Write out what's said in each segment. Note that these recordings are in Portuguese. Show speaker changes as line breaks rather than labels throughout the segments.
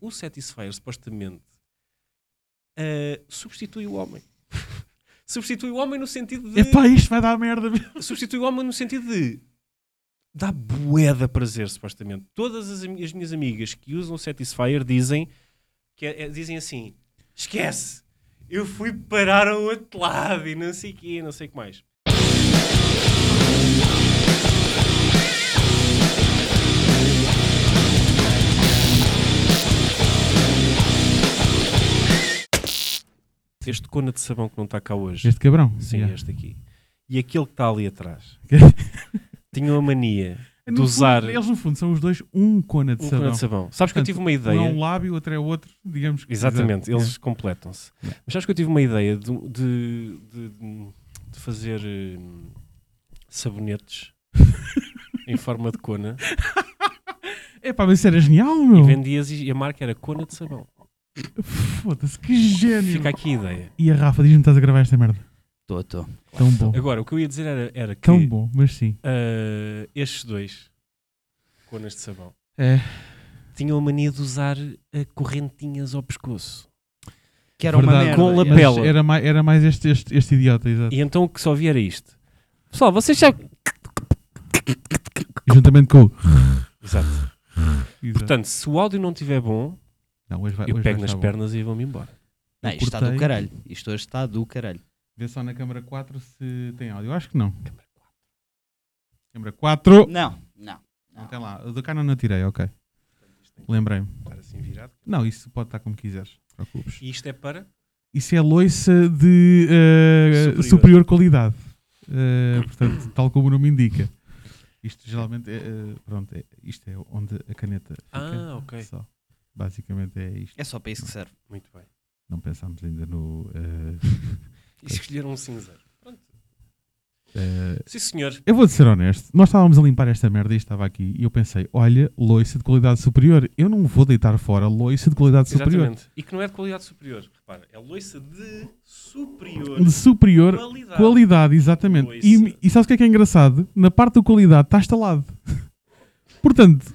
o Satisfyer, supostamente, ah, substitui o homem. substitui o homem no sentido de.
Epá, isto vai dar merda mesmo.
substitui o homem no sentido de dá bué de prazer, supostamente. Todas as, ami- as minhas amigas que usam o Satisfyer dizem que é- é- dizem assim: esquece, eu fui parar ao outro lado e não sei o quê, não sei o que mais. Este cona de sabão que não está cá hoje.
Este cabrão.
Sim,
Yeah.
este aqui. E aquele que está ali atrás. Tinha a mania de
É, No
usar
fundo, eles no fundo são os dois um cona de
um
sabão.
cano de sabão. Sabes que eu
Portanto,
tive uma
Um é
ideia.
um lábio, outro é outro, digamos que.
Exatamente,
Exato.
eles completam-se.
Yeah.
Mas sabes que eu tive uma ideia de, de, de- de fazer hum, sabonetes em forma de cona
É pá, mas isso era genial,
e
meu.
vendias e a marca era cona de sabão.
Foda-se, que gênio.
Fica aqui a ideia.
E a Rafa, diz-me que estás a gravar esta merda.
Estou, estou.
Tão bom.
Agora, o que eu ia dizer era, era que
Tão bom, mas sim.
ah, estes dois conas de sabão
É.
tinham a mania de usar ah, correntinhas ao pescoço.
Que era uma
Verdade.
merda.
Com
Mas-
lapela.
Era mais, era mais este, este, este idiota, exato.
E então o que só havia era isto. Pessoal, vocês já.
Ah. Juntamente com o.
Exato.
Exato.
Portanto, se o áudio não estiver bom,
Não, hoje vai,
eu
Ah, hoje
pego
vai
nas
estar bom.
pernas e vou-me embora.
Não, isto está
cortei.
do caralho. Isto hoje está do caralho.
Vê só na câmara 4 se tem áudio. Acho que não. Câmara 4.
Não, não.
Não tem lá. Do cá não atirei, ok. Lembrei-me.
Estar assim virado.
Não, isso pode estar como quiseres. Não te preocupes.
E isto é para.
Isso é loiça de eh,
Superior.
superior. qualidade. Eh, portanto, tal como o nome indica. Isto geralmente é. eh, pronto, é- isto é onde a caneta fica.
Ah, ok.
Só. Basicamente é isto.
É só para isso que serve.
Muito bem.
Não pensámos ainda no. eh,
E escolheram um cinzeiro.
eh,
Sim, senhor.
eu vou ser honesto. Nós estávamos a limpar esta merda e isto estava aqui. E eu pensei: olha, loiça de qualidade superior. Eu não vou deitar fora loiça de qualidade superior.
Exatamente. E que não é de qualidade superior. Repara, é loiça de superior
De superior
qualidade.
Qualidade, exatamente.
Loiça.
E, e sabes o que é que é engraçado? Na parte da qualidade está instalado. Portanto,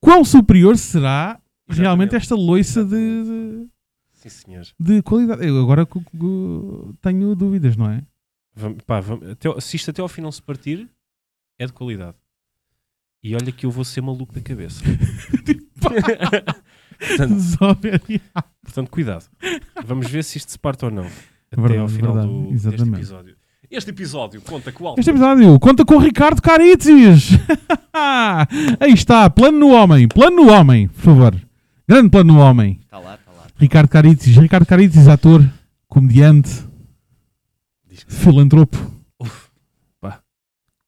quão superior será
Exatamente.
realmente esta loiça de,
Sim, senhor.
de, de qualidade? Eu agora cu- cu- tenho dúvidas, não é?
Vamos, pá, vamos- até, ao- se isto até ao fim não se partir, é de qualidade. E olha que eu vou ser maluco da cabeça. portanto,
Resolve ali.
Portanto, cuidado. Vamos ver se isto se parte ou não. Até
É Verdade, é
ao final
verdade.
do, deste
Exatamente.
episódio. Este episódio conta com o Alfredo.
Este é episódio conta com o Ricardo Caritzis. Aí está, plano no homem, plano no homem, por favor. Grande plano no homem.
Está Tá lá, está lá.
Ricardo Caritzis, Ricardo Caritzis, ator, comediante,
Diz que-
filantropo.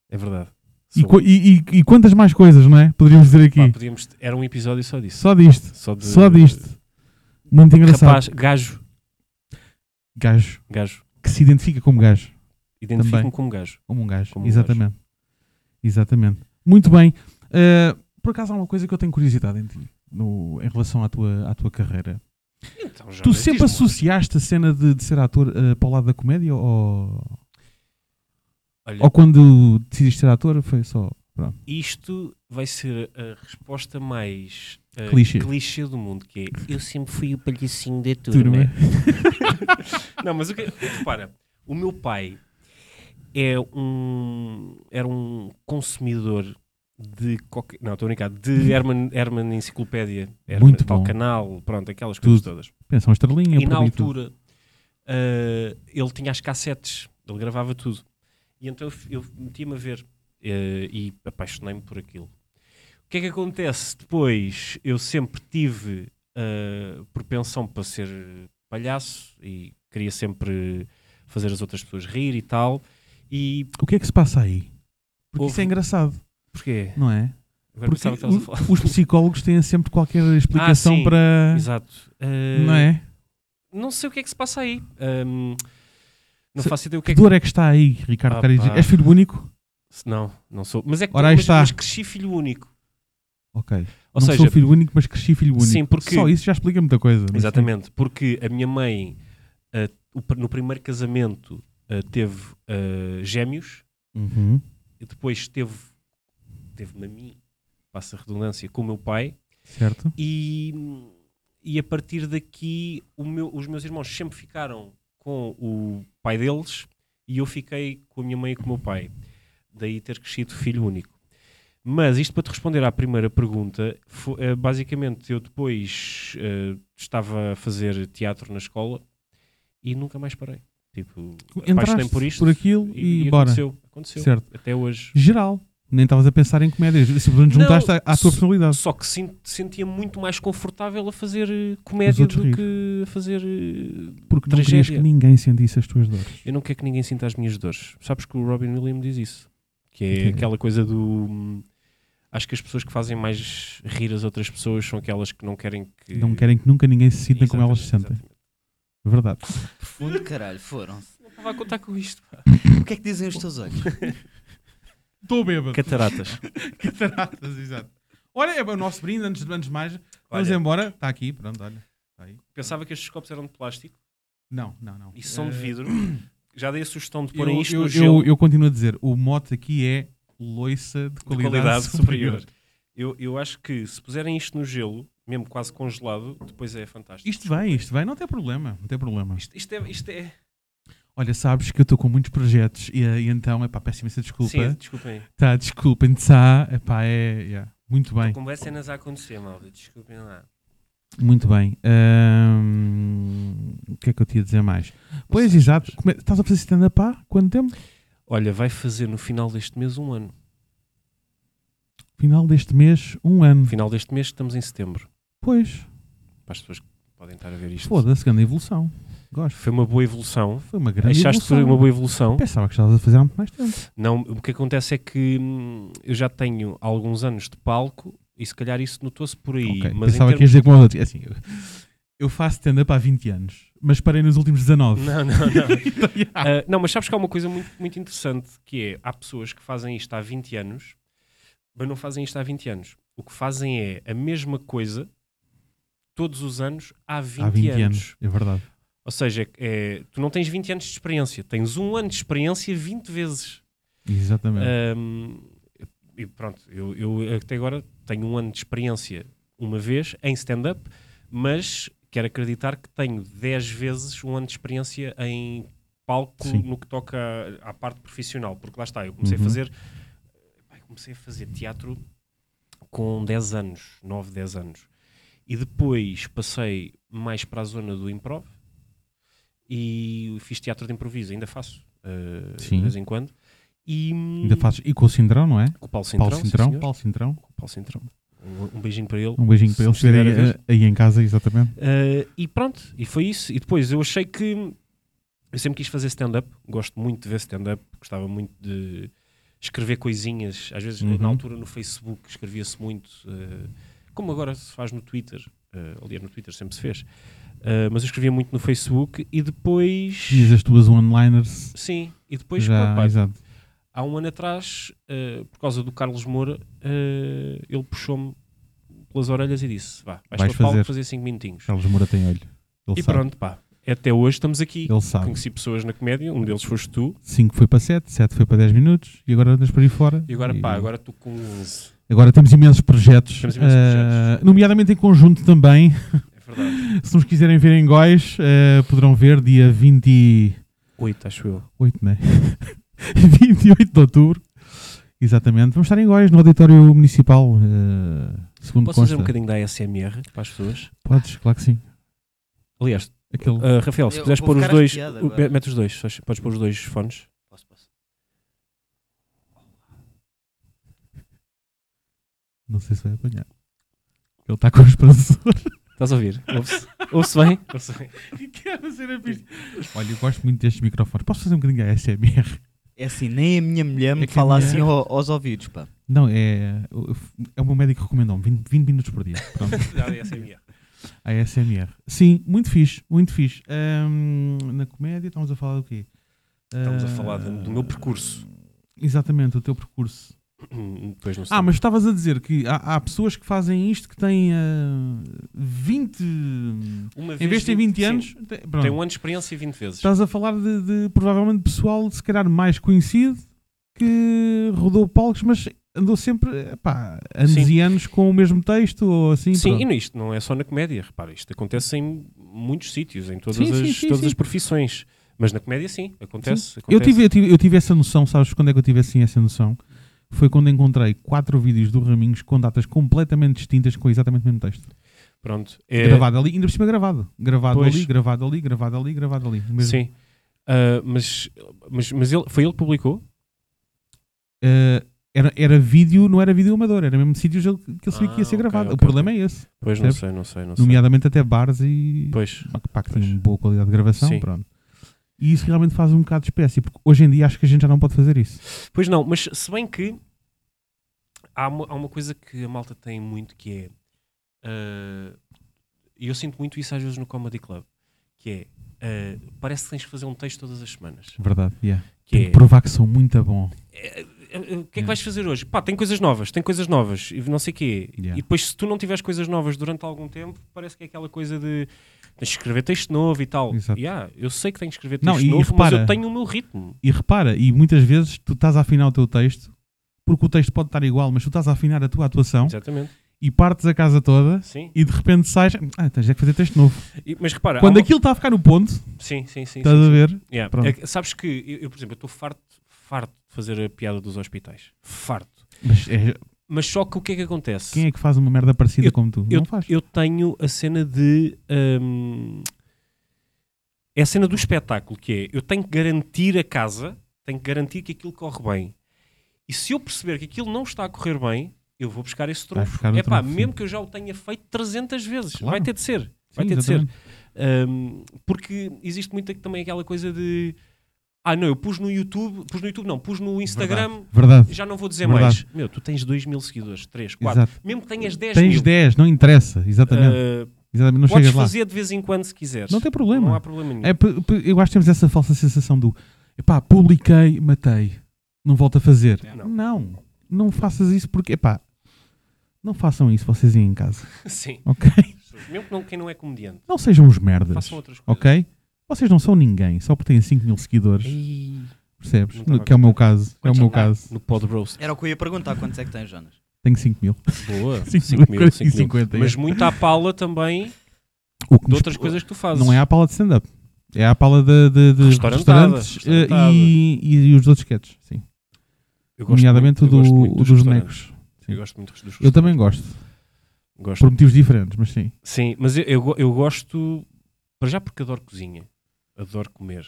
É verdade.
E,
Sou-
qu- e- e- e quantas mais coisas, não é? Poderíamos dizer aqui.
Pá, podíamos- era um episódio só disso.
Só disto.
Só, de,
Só disto. Muito engraçado.
Rapaz, gajo.
Gajo.
Gajo.
Que se identifica como gajo.
Identifico-me
Também.
como gajo.
Como um gajo.
Como um
Exatamente. Exatamente. Muito bem. Ah, por acaso há uma coisa que eu tenho curiosidade em ti. no- em relação à tua, à tua carreira.
Então, já
tu sempre associaste a cena de, de ser ator ah, para o lado da comédia ou,
Olha,
ou quando decidiste ser ator foi só... pronto.
isto vai ser a resposta mais eh,
Clichê.
do mundo, que é eu sempre fui o palhacinho da
Turma.
Não, mas o que. Repara, o meu pai é um. Era um consumidor de. Coca, não, estou a brincar. De Herman, Herman Enciclopédia. Herman,
Muito
tal
bom.
canal, pronto, aquelas
Tudo.
coisas todas.
Pensa, uma estrelinha.
E na
perdi tudo.
altura ah, ele tinha as cassetes, ele gravava tudo. E então eu, f- eu metia-me a ver eh, e apaixonei-me por aquilo. O que é que acontece depois? Eu sempre tive ah, propensão para ser palhaço e queria sempre fazer as outras pessoas rir e tal. E
O que é que se passa aí? Porque isso
Houve-
é engraçado,
porquê?
não é?
Agora
Porque
pensava que estavas a
o-
falar.
Os psicólogos têm sempre qualquer
Ah,
explicação
sim.
para.
Exato. Ah,
Não é?
Não sei o que é que se passa aí. Ahm, não
Se-
faço ideia o que
Que
é que.
dor é que está aí, Ricardo
Ah,
Cariz?
pá.
És filho único?
Se Não, não sou. Mas é que
Ora, aí
mas,
está.
mas cresci filho único.
Ok.
Ou
não
seja,
sou filho único, mas cresci filho único.
Sim, porque-
Só isso já explica muita coisa. mas
Exatamente, porque a minha mãe, ah, o pr- no primeiro casamento, ah, teve ah, gêmeos,
sim. Uhum.
e depois teve, teve-me a mim, passa a redundância, com o meu pai,
Certo?
E, e a partir daqui, o meu- os meus irmãos sempre ficaram com o pai deles e eu fiquei com a minha mãe e com o meu pai. Daí ter crescido filho único. Mas isto para te responder à primeira pergunta, fo- eh, basicamente eu depois eh, estava a fazer teatro na escola e nunca mais parei. Tipo, apaixonei
Entraste
por isto
aquilo e, bora.
aconteceu. aconteceu.
Certo.
Até hoje.
Geral. Nem estavas a pensar em comédias. Simplesmente
Não,
juntaste à, à tua
s-
personalidade.
Só que sin- sentia muito mais confortável a fazer eh, comédia
outros
do
rir.
que a fazer. eh,
Porque não
tragédia.
querias que ninguém sentisse as tuas dores.
Eu não quero que ninguém sinta as minhas dores. Sabes que o Robin Williams diz isso. Que é
Entendi.
aquela coisa do. hum, Acho que as pessoas que fazem mais rir as outras pessoas são aquelas que não querem que.
Não querem que nunca ninguém se sinta como elas se sentem.
Exatamente, exatamente.
Verdade.
Fundo, caralho, foram.
Não estava a contar com isto. pá.
O que é que dizem os teus olhos?
Estou bêbado.
Cataratas.
Cataratas, exato. Olha, é o nosso brinde, antes de antes de mais. Vamos
Olha,
embora. Está aqui, pronto, olha. Está aí.
pensava que estes copos eram de plástico
Não, não, não.
e são de
Eh,
vidro. Já dei a sugestão de
Eu,
porem isto
eu,
no gelo.
eu- eu continuo a dizer, o mote aqui é loiça de
de
qualidade, superior.
Eu, eu acho que se puserem isto no gelo, mesmo quase congelado, depois é fantástico.
Isto vai, isto vai, não tem problema, não tem problema.
Isto, isto é. Isto é...
Olha, sabes que eu estou com muitos projetos e, eh, e então, é pá, peço imensa
Sim,
desculpa.
desculpem.
Tá, desculpem, tá, é pá, é, yeah, muito bem,
Como é cenas a acontecer, malta? Desculpem lá.
muito bem. Ahm, o que é que eu tinha a dizer mais? Pois,
sei,
exato,
mas-
Como é- estás a fazer stand-up há quanto tempo?
Olha, vai fazer no final deste mês um ano.
Final deste mês, um ano.
No final deste mês estamos em setembro.
Pois,
Para as pessoas que podem estar a ver isto.
foda-se, grande evolução. Gosto,
Foi uma boa evolução.
foi uma grande
Achaste que
evolução.
foi uma boa evolução?
Pensava que estavas a fazer há muito mais tempo.
Não, o que acontece é que hum, eu já tenho alguns anos de palco e se calhar isso notou-se por aí.
Ok,
Mas em
Pensava que
termos-
ias dizer como os outros. É Assim, eu, eu faço stand-up há 20 anos, mas parei nos últimos 19.
Não, não, não.
Então, yeah.
Ah, não, mas sabes que há uma coisa muito, muito interessante que é, há pessoas que fazem isto há 20 anos, mas não fazem isto há 20 anos. O que fazem é a mesma coisa todos os anos há 20,
há 20 anos.
anos.
é verdade.
Ou seja, é- tu não tens 20 anos de experiência, tens um ano de experiência 20 vezes.
Exatamente. Hum.
Ahm, e pronto, eu, eu até agora tenho um ano de experiência uma vez em stand-up, mas quero acreditar que tenho 10 vezes um ano de experiência em palco
Sim.
no que toca à, à parte profissional, porque lá está, eu comecei
Uhum.
a fazer pá, eu comecei a fazer teatro com 10 anos, 9, 10 anos. E depois passei mais para a zona do improv e fiz teatro de improviso, ainda faço ah,
Sim.
de vez em quando. E,
Ainda fazes. E com o Cintrão, não é?
com o Paulo Centrão.
Paulo
sim,
Cintrão.
senhor.
Paulo Cintrão.
Com o Paulo Centrão. Um, um beijinho para ele.
Um beijinho
Se
para eles
estiver a
estiverem
ver.
eh, aí em casa, exatamente.
Uh, e pronto, e foi isso. E depois eu achei que. Eu sempre quis fazer stand-up, gosto muito de ver stand-up, gostava muito de escrever coisinhas. Às vezes,
Uhum.
na altura, no Facebook, escrevia-se muito, uh, como agora se faz no Twitter. Uh, aliás, no Twitter sempre se fez. Uh, mas eu escrevia muito no Facebook e depois.
Dias as tuas one-liners.
Sim, e depois,
já,
pronto, pá,
exato.
há um ano atrás, eh, por causa do Carlos Moura, eh, ele puxou-me pelas orelhas e disse: Vá, vais,
Vais
para o palco
fazer.
fazer 5 minutinhos.
Carlos Moura tem olho. Ele
e
sabe.
pronto, pá, até hoje estamos aqui.
Ele sabe.
Conheci pessoas na comédia, um deles foste tu,
5 foi para 7, 7 foi para 10 minutos e agora andas para aí fora.
e agora, pá, agora tu com 11.
agora temos imensos projetos.
Temos imensos
eh,
projetos.
Nomeadamente em conjunto também.
É verdade.
Se nos quiserem ver em Góis, eh, poderão ver dia 28,
8, acho eu.
né? 28 de outubro. Exatamente. Vamos estar em Góis, no Auditório Municipal, eh, segundo
Posso
consta.
fazer um bocadinho da ASMR para as pessoas?
Podes, claro que sim.
Aliás,
Aquele...
eh, Rafael, se
Eu
quiseres
vou
pôr os
ficar
dois,
arrepiado
o-
agora.
mete os dois, só- podes pôr os dois fones.
Posso, posso.
Não sei se vai apanhar. Ele está com o expansor.
Estás a ouvir? Ouve-se Ouve-se bem? Ouve-se bem.
Olha, eu gosto muito destes microfones. Posso fazer um bocadinho a SMR?
É assim, nem a minha mulher me
É que a
fala
minha-
assim ao- aos ouvidos, pá.
Não, é, é o meu médico que recomendou-me 20, 20 minutos por dia. Pronto.
Dá ASMR.
A SMR. Sim, muito fixe, muito fixe. Ahm, na comédia estamos a falar do quê?
Estamos a falar
Ah,
do- do meu percurso.
Exatamente, o teu percurso.
Depois não sei.
Ah, mas estavas a dizer que há, há pessoas que fazem isto que têm ah, 20.
Uma
Em vez de ter 20 anos, tem- pronto.
Tem um ano de experiência e 20 vezes.
estás a falar de, de, provavelmente pessoal, se calhar mais conhecido, que rodou palcos, mas andou sempre, pá, anos e anos com o mesmo texto ou assim.
Sim,
pronto.
e isto não é só na comédia, repara, isto acontece em muitos sítios, em todas,
Sim,
as,
sim, sim,
todas
sim.
as profissões. Mas na comédia, sim, acontece.
Eu
acontece.
tive, eu, tive, eu tive essa noção, sabes quando é que eu tive assim essa noção? Foi quando encontrei quatro vídeos do Raminhos com datas completamente distintas com exatamente o mesmo texto.
Pronto. é-
Gravado ali, ainda por cima gravado. Gravado
Pois.
ali, gravado ali, gravado ali, gravado ali. O mesmo.
Sim. Ah, mas mas, mas ele, foi ele que publicou?
Eh, era, era vídeo, não era vídeo amador, era mesmo sítios que que eu sabia que ia
Ah,
ser
ok,
gravado.
ok,
o problema é esse.
Pois, não
Percebes?
sei, não sei, não sei.
Nomeadamente até bares e.
Pois,
Pá, que- pá, que
Pois.
tem boa qualidade de gravação,
Sim.
pronto. E isso realmente faz um bocado de espécie, porque hoje em dia acho que a gente já não pode fazer isso.
pois não, mas se bem que há uma, há uma coisa que a malta tem muito que é. ah, E eu sinto muito isso às vezes no Comedy Club, que é. ah, parece que tens que fazer um texto todas as semanas.
Verdade, yeah.
Que
Tem
é-
que provar que sou muito bom.
Eh, eh, o que é que vais fazer hoje? Pá, tem coisas novas, tem coisas novas e não sei quê.
Yeah.
E depois, se tu não tiveres coisas novas durante algum tempo, parece que é aquela coisa de tens de escrever texto novo e tal.
Exato.
Yeah, eu sei que tenho que escrever texto
Não, e- e
novo, mas eu
repara-
tenho o meu ritmo.
E repara, e muitas vezes tu estás a afinar o teu texto, porque o texto pode estar igual, mas tu estás a afinar a tua atuação
Exatamente.
e partes a casa toda
Sim.
e de repente sais. Ah, tens é que fazer texto novo.
E- mas repara,
Quando
há uma-
aquilo está a ficar no ponto,
Sim, sim, sim.
estás
sim,
a
sim.
ver?
Yeah.
Pronto.
É que- sabes que eu, eu, por exemplo, eu estou farto, farto de fazer a piada dos hospitais. Farto.
Mas é-
Mas só que o que é que acontece?
quem é que faz uma merda parecida como tu?
eu,
não faz.
eu tenho a cena de. hum, é a cena do espetáculo, que é eu tenho que garantir a casa, tenho que garantir que aquilo corre bem. E se eu perceber que aquilo não está a correr bem, eu vou buscar esse
Vais
trunfo.
buscar o
É pá,
trunfo,
mesmo
sim.
que eu já o tenha feito 300 vezes,
Claro.
vai ter de ser. Vai
Sim,
ter de ser.
exatamente.
Hum, porque existe muito também aquela coisa de. Ah, não, eu pus no YouTube, pus no YouTube, não, pus no Instagram,
Verdade.
já não vou dizer
Verdade.
mais. Meu, tu tens 2 mil seguidores, 3, 4.
Exato.
Mesmo que tenhas 10
Tens
mil.
10, não interessa. Exatamente.
Uh,
exatamente. Não
podes
chegas lá.
fazer de vez em quando se quiseres.
Não tem problema.
Não há problema nenhum.
É, p- p- eu acho que temos essa falsa sensação do epá, publiquei, matei, não volto a fazer.
Não.
Não, não, faças isso porque epá, não façam isso vocês aí em casa,
Sim.
ok?
Mesmo que não, quem não é comediante.
Não sejam uns merdas,
Façam outras coisas.
ok? Vocês não são ninguém, só porque têm 5 mil seguidores,
E...
percebes?
não tava
que é o meu caso, é o é meu
Ah,
caso.
No Pod Roast.
Era o que eu ia perguntar, quantos é que tens, Jonas?
Tenho 5 mil.
Boa.
Cinco
5 mil,
mil,
5 mil.
50,
Mas
é.
muito à pala também
O que
de
nos-
outras coisas que tu fazes.
Não é a pala de stand-up. É a pala de, de- de
Restaurantada,
restaurantes eh,
restaurantada.
e, e os outros sketches, sim.
Eu gosto
Nomeadamente o
muito- eu gosto
do-
muito
o dos
restaurantes.
bonecos.
Eu
sim.
gosto muito dos
Eu também gosto,
Gosto.
por motivos diferentes, mas sim.
Sim, mas eu, eu, go- eu gosto. Para já, porque adoro cozinha. Adoro comer.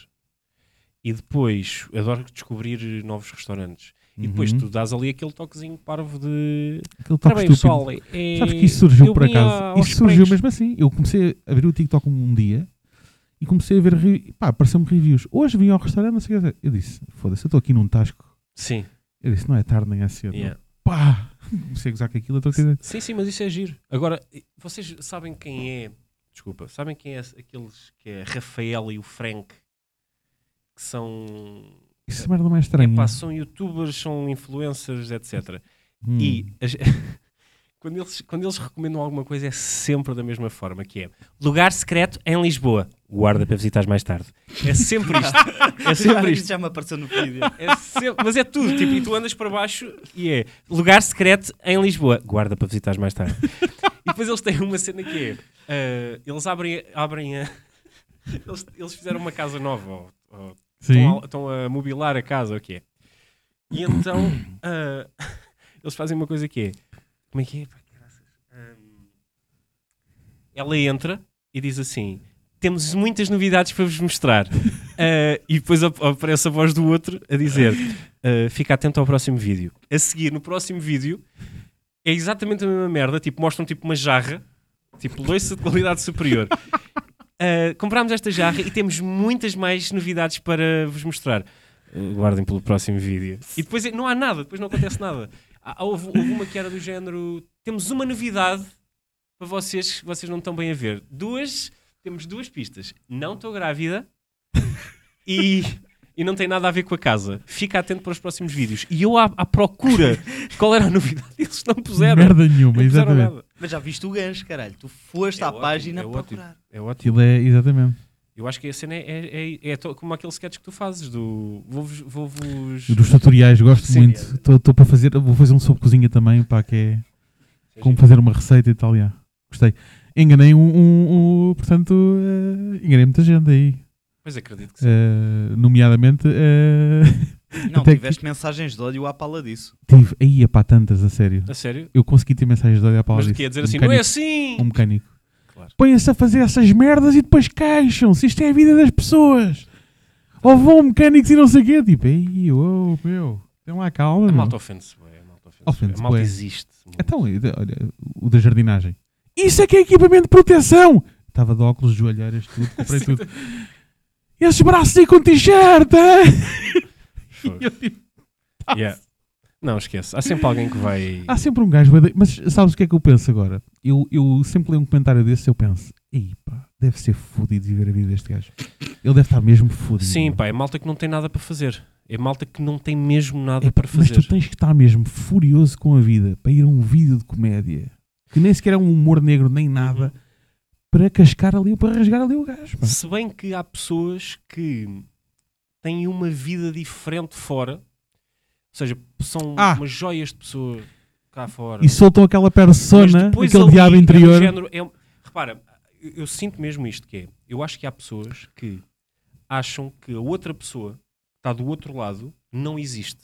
E depois, adoro descobrir novos restaurantes. E depois
Uhum.
tu dás ali aquele toquezinho parvo de.
Aquele toque
Ora bem,
Tá estúpido.
pessoal, é...
Sabes que isso surgiu
eu
por
vim
acaso?
a-
Isso
aos
surgiu
pregos.
mesmo assim. Eu comecei a abrir o TikTok um dia e comecei a ver, re- pá, apareceu-me reviews. Hoje vim ao restaurante, não sei o que. Eu disse, foda-se, eu estou aqui num tasco.
Sim,
Eu disse, não é tarde nem é cedo.
yeah.
Pá! Comecei a gozar com aquilo, eu estou aqui.
sim, sim, mas isso é giro. Agora, vocês sabem quem é. Desculpa, sabem quem é aqueles que é Rafael e o Frank? Que são.
Isso é merda mais estranha.
Epá, são youtubers, são influencers, etc.
Hum.
E as- quando, eles, quando eles recomendam alguma coisa é sempre da mesma forma, que é lugar secreto em Lisboa. Guarda para visitares mais tarde. É sempre isto. É sempre isto.
Isso já me apareceu no vídeo.
É sempre- mas é tudo, tipo, e tu andas para baixo e é lugar secreto em Lisboa. Guarda para visitares mais tarde. e depois eles têm uma cena que é: ah, eles abrem, abrem a. Eles, eles fizeram uma casa nova, ou- ou
Sim.
Estão a, estão a mobilar a casa, ou o que é? E então ah, eles fazem uma coisa que é. Como é que é? Pá, caraças. Ahm, ela entra e diz assim: Temos muitas novidades para vos mostrar. Ah, e depois ap- aparece a voz do outro a dizer: ah, Fica atento ao próximo vídeo. A seguir, no próximo vídeo, é exatamente a mesma merda. Tipo, mostram tipo uma jarra, tipo loiça de qualidade superior. Uh, comprámos esta jarra e temos muitas mais novidades para vos mostrar. Uh, guardem pelo próximo vídeo. E depois é- não há nada, depois não acontece nada. Há- há- houve, houve uma que era do género: temos uma novidade para vocês que vocês não estão bem a ver. Duas, temos duas pistas. Não estou grávida e. E não tem nada a ver com a casa. Fica atento para os próximos vídeos. E eu à, à procura de qual era a novidade. Eles não puseram.
Merda nenhuma,
não puseram
exatamente.
nada.
Mas já viste o gancho, caralho. Tu foste
É
à
ótimo,
página
é ótimo.
procurar.
É ótimo.
Aquilo é, exatamente.
Eu acho que a cena é, é, é, é to- como aquele sketch que tu fazes do. Vou-vos. vou-vos-
Dos tutoriais, gosto
Sim,
muito.
é.
Estou para fazer, vou fazer um sobre cozinha também, pá, que é
Sim,
como
sim.
fazer uma receita e tal. já. Gostei. Enganei um, um- um- portanto, eh, enganei muita gente aí.
Pois é, acredito que sim.
Eh, nomeadamente, eh,
Não,
Até que-
tiveste mensagens de ódio à pala disso.
tive aí pá, tantas, a sério.
A sério?
Eu consegui ter mensagens de olhar para
Mas
lá
de
disso.
que é dizer
Um
assim, não é
mecânico-
assim!
Um mecânico.
Claro.
Põem-se a fazer essas merdas e depois queixam-se. Isto é a vida das pessoas. Ou vão mecânicos e não sei o quê. Tipo, ei, oh, meu, tenham lá calma.
A
meu.
É malta ofende-se, bué, a malta ofende-se.
Ofende-se,
A malta
bué.
existe. muito.
Então, e da- olha, o da jardinagem. Isso é que é equipamento de proteção! Estava de óculos, joalheiras, tudo, comprei tudo. Esses braços aí com t-shirt! hein?
Fogo.
tipo,
Yeah. Não, esquece. Há sempre alguém que vai.
Há sempre um gajo. bué de- Mas sabes o que é que eu penso agora? Eu, eu sempre leio um comentário desse eu penso: Ei, pá, deve ser fodido viver a vida deste gajo. Ele deve estar mesmo fodido.
Sim,
meu.
pá, é malta que não tem nada para fazer. É malta que não tem mesmo nada
É, pá,
para
mas
fazer.
tu tens que estar mesmo furioso com a vida para ir a um vídeo de comédia que nem sequer é um humor negro nem nada
Uhum.
para cascar ali ou para rasgar ali o gajo. pá.
Se bem que há pessoas que têm uma vida diferente fora, ou seja, são
Ah.
umas joias de pessoa cá fora.
e soltam aquela
Mas
persona,
depois
aquele
ali
diabo
é do
interior.
género- é um- repara, eu, eu sinto mesmo isto que é. Eu acho que há pessoas que acham que a outra pessoa que está do outro lado não existe.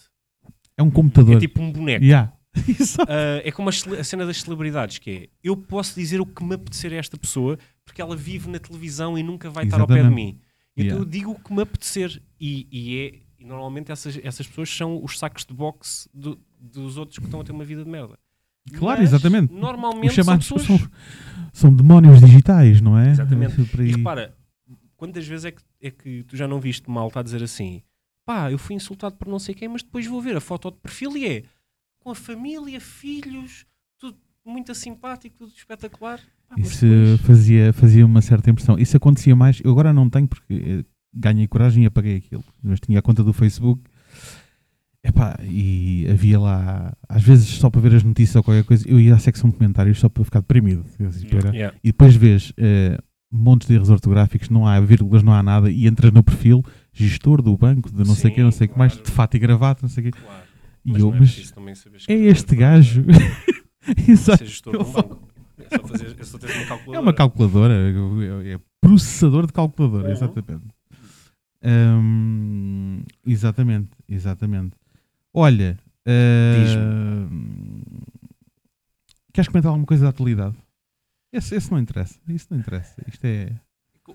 é um computador.
É tipo um boneco.
Yeah. Exato.
Ah, é como a, cele- a cena das celebridades, que é eu posso dizer o que me apetecer a esta pessoa porque ela vive na televisão e nunca vai estar ao pé de
Exatamente.
mim. Então
Yeah.
eu digo o que me apetecer. E, e é, e normalmente essas, essas pessoas são os sacos de boxe do- dos outros que estão a ter uma vida de merda.
Claro,
Mas,
exatamente. Os
Normalmente são
chamados
pessoas.
são, são demónios digitais, não é?
Exatamente.
Por aí.
E repara, quantas vezes é que, é que tu já não viste malta a dizer assim pá, eu fui insultado por não sei quem, mas depois vou ver a foto de perfil e é com a família, filhos, tudo muito simpático, tudo espetacular. Pá, mas
Isso
depois-
fazia, fazia uma certa impressão. Isso acontecia mais. Eu agora não tenho porque eh, ganhei coragem e apaguei aquilo. Mas tinha a conta do Facebook. Epá, e havia lá, às vezes só para ver as notícias ou qualquer coisa, eu ia à secção de comentários só para ficar deprimido. Eu dizia, "Pera,
Yeah.
e depois vês eh, montes de erros ortográficos, não há vírgulas, não há nada, e entras no perfil, gestor do banco, de não sei
Sim,
quê, não sei o que mais,
claro.
de fato e gravata, não sei o quê.
Claro.
E
Mas
eu,
não é
mas
preciso também saber
é
escrever
este
para-
gajo.
para
Exato.
ser gestor de um banco. É só fazer- é só teres uma
É uma
calculadora.
calculadora, é processador de calculadora,
Uhum.
exatamente. Hum, exatamente, exatamente. Olha, eh, queres comentar alguma coisa da atualidade? Esse, esse não interessa, isso não interessa. Isto é.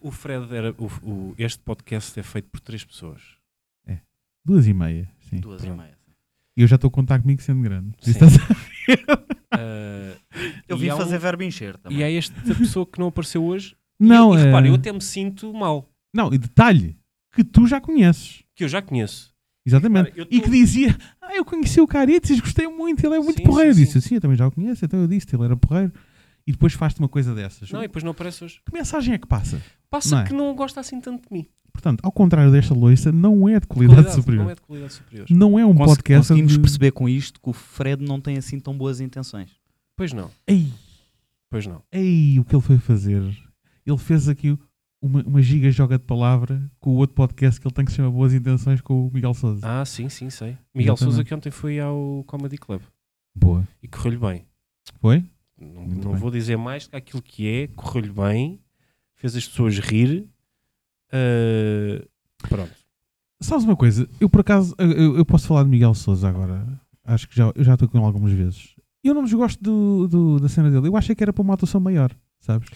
O Fred era. o- o- este podcast é feito por três pessoas.
Duas e meia, sim.
Duas e
Pronto.
meia.
E eu já estou a contar comigo sendo grande.
Sim.
Estás-
Ah,
Eu
e
vim
há um-
fazer verbo encher também.
E é esta pessoa que não apareceu hoje. e,
Não,
eu-
eh,
e repara, eu até me sinto mal,
não, e detalhe, que tu já conheces.
que eu já conheço.
Exatamente.
Repara, eu
E
tô-
que dizia, ah, eu conheci o Caritas, gostei muito, ele é muito
Sim,
porreiro.
sim,
Disse, sim, eu também já o conheço, então eu disse, ele era porreiro. E depois faz-te uma coisa dessas.
Não, e depois não aparece hoje.
Que mensagem é que passa?
Passa
Não é?
que não gosta assim tanto de mim.
Portanto, ao contrário desta loiça, não é de qualidade, superior.
Não
Não
é de qualidade superior.
é, um
Conse-
podcast
Conseguimos
onde-
perceber com isto que o Fred não tem assim tão boas intenções.
Pois não,
Ei,
pois não.
ei, o que ele foi fazer? Ele fez aqui uma, uma giga joga de palavra com o outro podcast que ele tem que se chama Boas Intenções com o Miguel Sousa.
Ah, sim, sim, sei. Miguel
Exatamente.
Souza que ontem foi ao Comedy Club
Boa.
e correu-lhe bem.
Foi?
Não,
Muito
não
bem.
vou dizer mais que aquilo que é, correu-lhe bem, fez as pessoas rir. Ah, pronto.
Sabes uma coisa? Eu, por acaso, eu- eu, eu posso falar de Miguel Sousa agora. Acho que já, eu já estou com ele algumas vezes. Eu não desgosto do, do- da cena dele. Eu achei que era para uma atuação maior, sabes?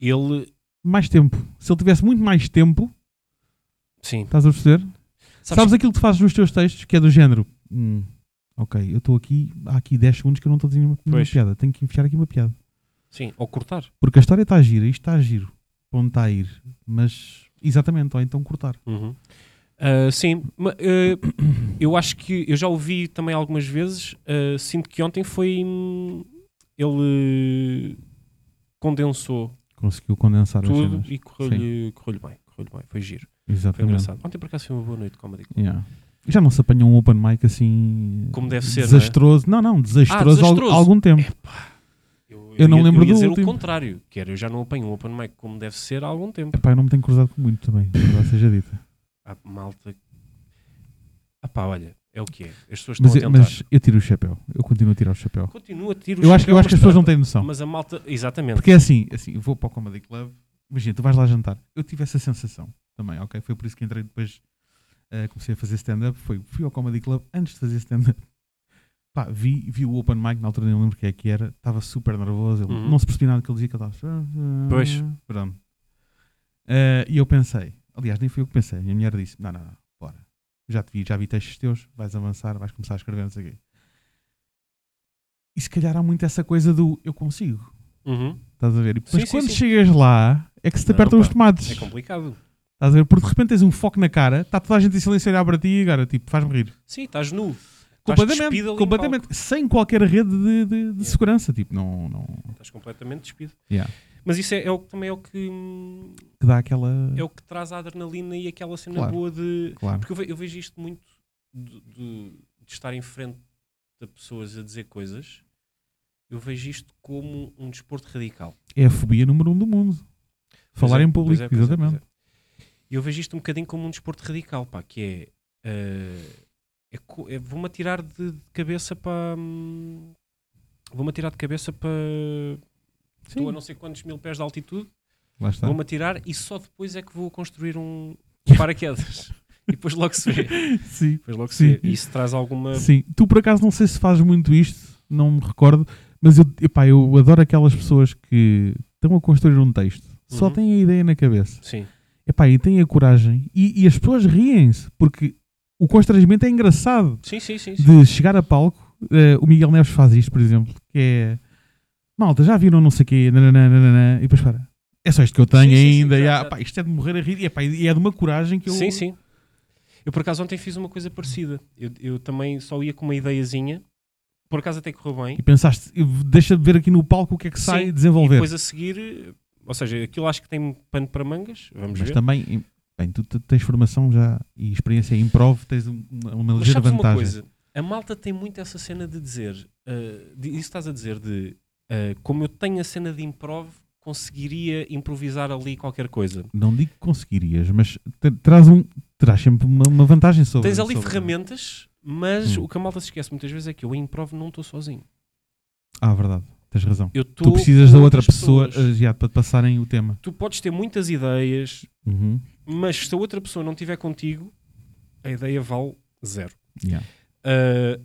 Ele,
Mais tempo. Se ele tivesse muito mais tempo,
sim.
estás a perceber? Sabes,
Sabes,
aquilo que tu fazes nos teus textos, que é do género. Hum, ok, eu estou aqui, há aqui 10 segundos que eu não estou a dizer nenhuma, nenhuma
Pois.
piada. Tenho que enfiar aqui uma piada.
Sim, ou cortar.
Porque a história está a giro, isto está a giro. Para onde está a ir? Mas, exatamente, ou então cortar.
Uhum. Ah, sim, ma- ah, eu acho que eu já ouvi também algumas vezes. ah, sinto que ontem foi hum, ele condensou
Conseguiu condensar as
tudo
cenas.
e correu-lhe correu bem, correu bem, foi giro, foi
Exatamente.
engraçado. Ontem por acaso foi uma boa noite de comedy. Club.
Yeah. Já não se apanha um open mic assim.
Como deve ser, é? Ah,
Desastroso. Não, não, desastroso, há al-
desastroso. É.
algum tempo.
Eu, eu
Eu não
ia,
lembro
eu ia
do
dizer
último.
o contrário, que era eu já não apanho um open mic como deve ser há algum tempo.
Epá, eu não me tenho cruzado com muito também, verdade seja dita.
Há malta. Ah pá, olha, é o que é. As pessoas
Mas,
estão
eu-
a tentar.
mas eu tiro o chapéu. Eu continuo a tirar o chapéu.
Continua a tirar o
Eu acho, eu
chapéu,
acho que as
mas
pessoas não
trata-
têm noção.
Mas a malta, exatamente.
Porque é assim, assim, eu vou para o Comedy Club, imagina, tu vais lá jantar. Eu tive essa sensação também, ok? Foi por isso que entrei depois, eh, comecei a fazer stand-up. Foi, fui ao Comedy Club antes de fazer stand-up. Pá, vi, vi o open mic, na altura nem lembro quem é que era, estava super nervoso, ele
Uhum.
não se percebi nada do que ele dizia, que ele estava...
Pois.
Pronto. Eh, e eu pensei, aliás, nem fui eu que pensei, a minha mulher disse, não, não, não, bora. Já te vi, já vi textos teus, vais avançar, vais começar a escrever, não sei o quê. E se calhar há muito essa coisa do eu consigo.
Uhum.
Estás a ver? E depois
Sim, sim,
quando
sim.
chegas lá é que se te
Não,
apertam
pá,
os tomates.
É complicado.
Estás a ver? Porque de repente tens um foco na cara, está toda a gente em silêncio a olhar para ti e agora tipo, faz-me rir.
Sim, estás nu. Estás
Completamente,
despido ali um em
completamente, sem qualquer rede de, de- de segurança. Tipo, não. não
palco. Estás completamente despido.
Yeah.
Mas isso é, é o, que- também é o que hum,
que dá aquela.
é o que traz a adrenalina e aquela cena
Claro.
boa de.
Claro.
Porque eu, ve- eu vejo isto muito de, de- de estar em frente a pessoas a dizer coisas. Eu vejo isto como um desporto radical.
É a fobia número um do mundo.
Pois
Falar
é,
em
pois
público,
é, pois é, pois
exatamente.
é. E eu vejo isto um bocadinho como um desporto radical, pá, que é. eh, é co- é- Vou-me atirar de, de cabeça para. hum, Vou-me atirar de cabeça para. Estou a é. não sei quantos mil pés de altitude,
Lá está.
vou-me atirar e só depois é que vou construir um, um paraquedas. e depois logo se vê.
Sim.
Depois logo
Sim.
se vê. E isso traz alguma.
Sim. Tu por acaso não sei se fazes muito isto, não me recordo, mas eu, epá, eu adoro aquelas pessoas que estão a construir um texto, só
Uhum.
têm a ideia na cabeça.
Sim.
Epá, e têm a coragem. E, e as pessoas riem-se, porque o constrangimento é engraçado.
Sim, sim, sim. sim.
De chegar a palco, eh, o Miguel Neves faz isto, por exemplo, que é... Malta, já viram não sei o quê, nananã, nananã, e depois para. É só isto que eu tenho
Sim, sim, sim,
ainda.
já,
e, ah,
já.
pá, isto é de morrer a rir. E, epá, e é de uma coragem que eu...
Sim, sim. Eu por acaso ontem fiz uma coisa parecida. Eu, eu também só ia com uma ideiazinha. Por acaso até correu bem.
E pensaste, eu- deixa de ver aqui no palco o que é que sai
Sim,
e
E
desenvolver.
depois a seguir, eh, ou seja, aquilo acho que tem pano para mangas. Vamos
Mas
ver.
também, em- bem, tu te- tens formação já e experiência em improv, tens um- uma, uma
Mas
ligeira
sabes uma
vantagem.
coisa? A malta tem muito essa cena de dizer. eh, de- isso estás a dizer de. eh, como eu tenho a cena de improv, conseguiria improvisar ali qualquer coisa.
Não digo que conseguirias, mas te- traz, um, traz sempre uma, uma vantagem sobre
Tens ali
sobre-
ferramentas, mas
Hum.
o que a malta se esquece muitas vezes é que eu em improv não estou sozinho.
Ah, verdade. Tens razão.
Eu tô
tu precisas
com
da outra
outras
pessoa
pessoas.
ah, já, para te passarem o tema.
Tu podes ter muitas ideias,
Uhum.
mas se a outra pessoa não estiver contigo, a ideia vale zero.
Yeah.
Ah,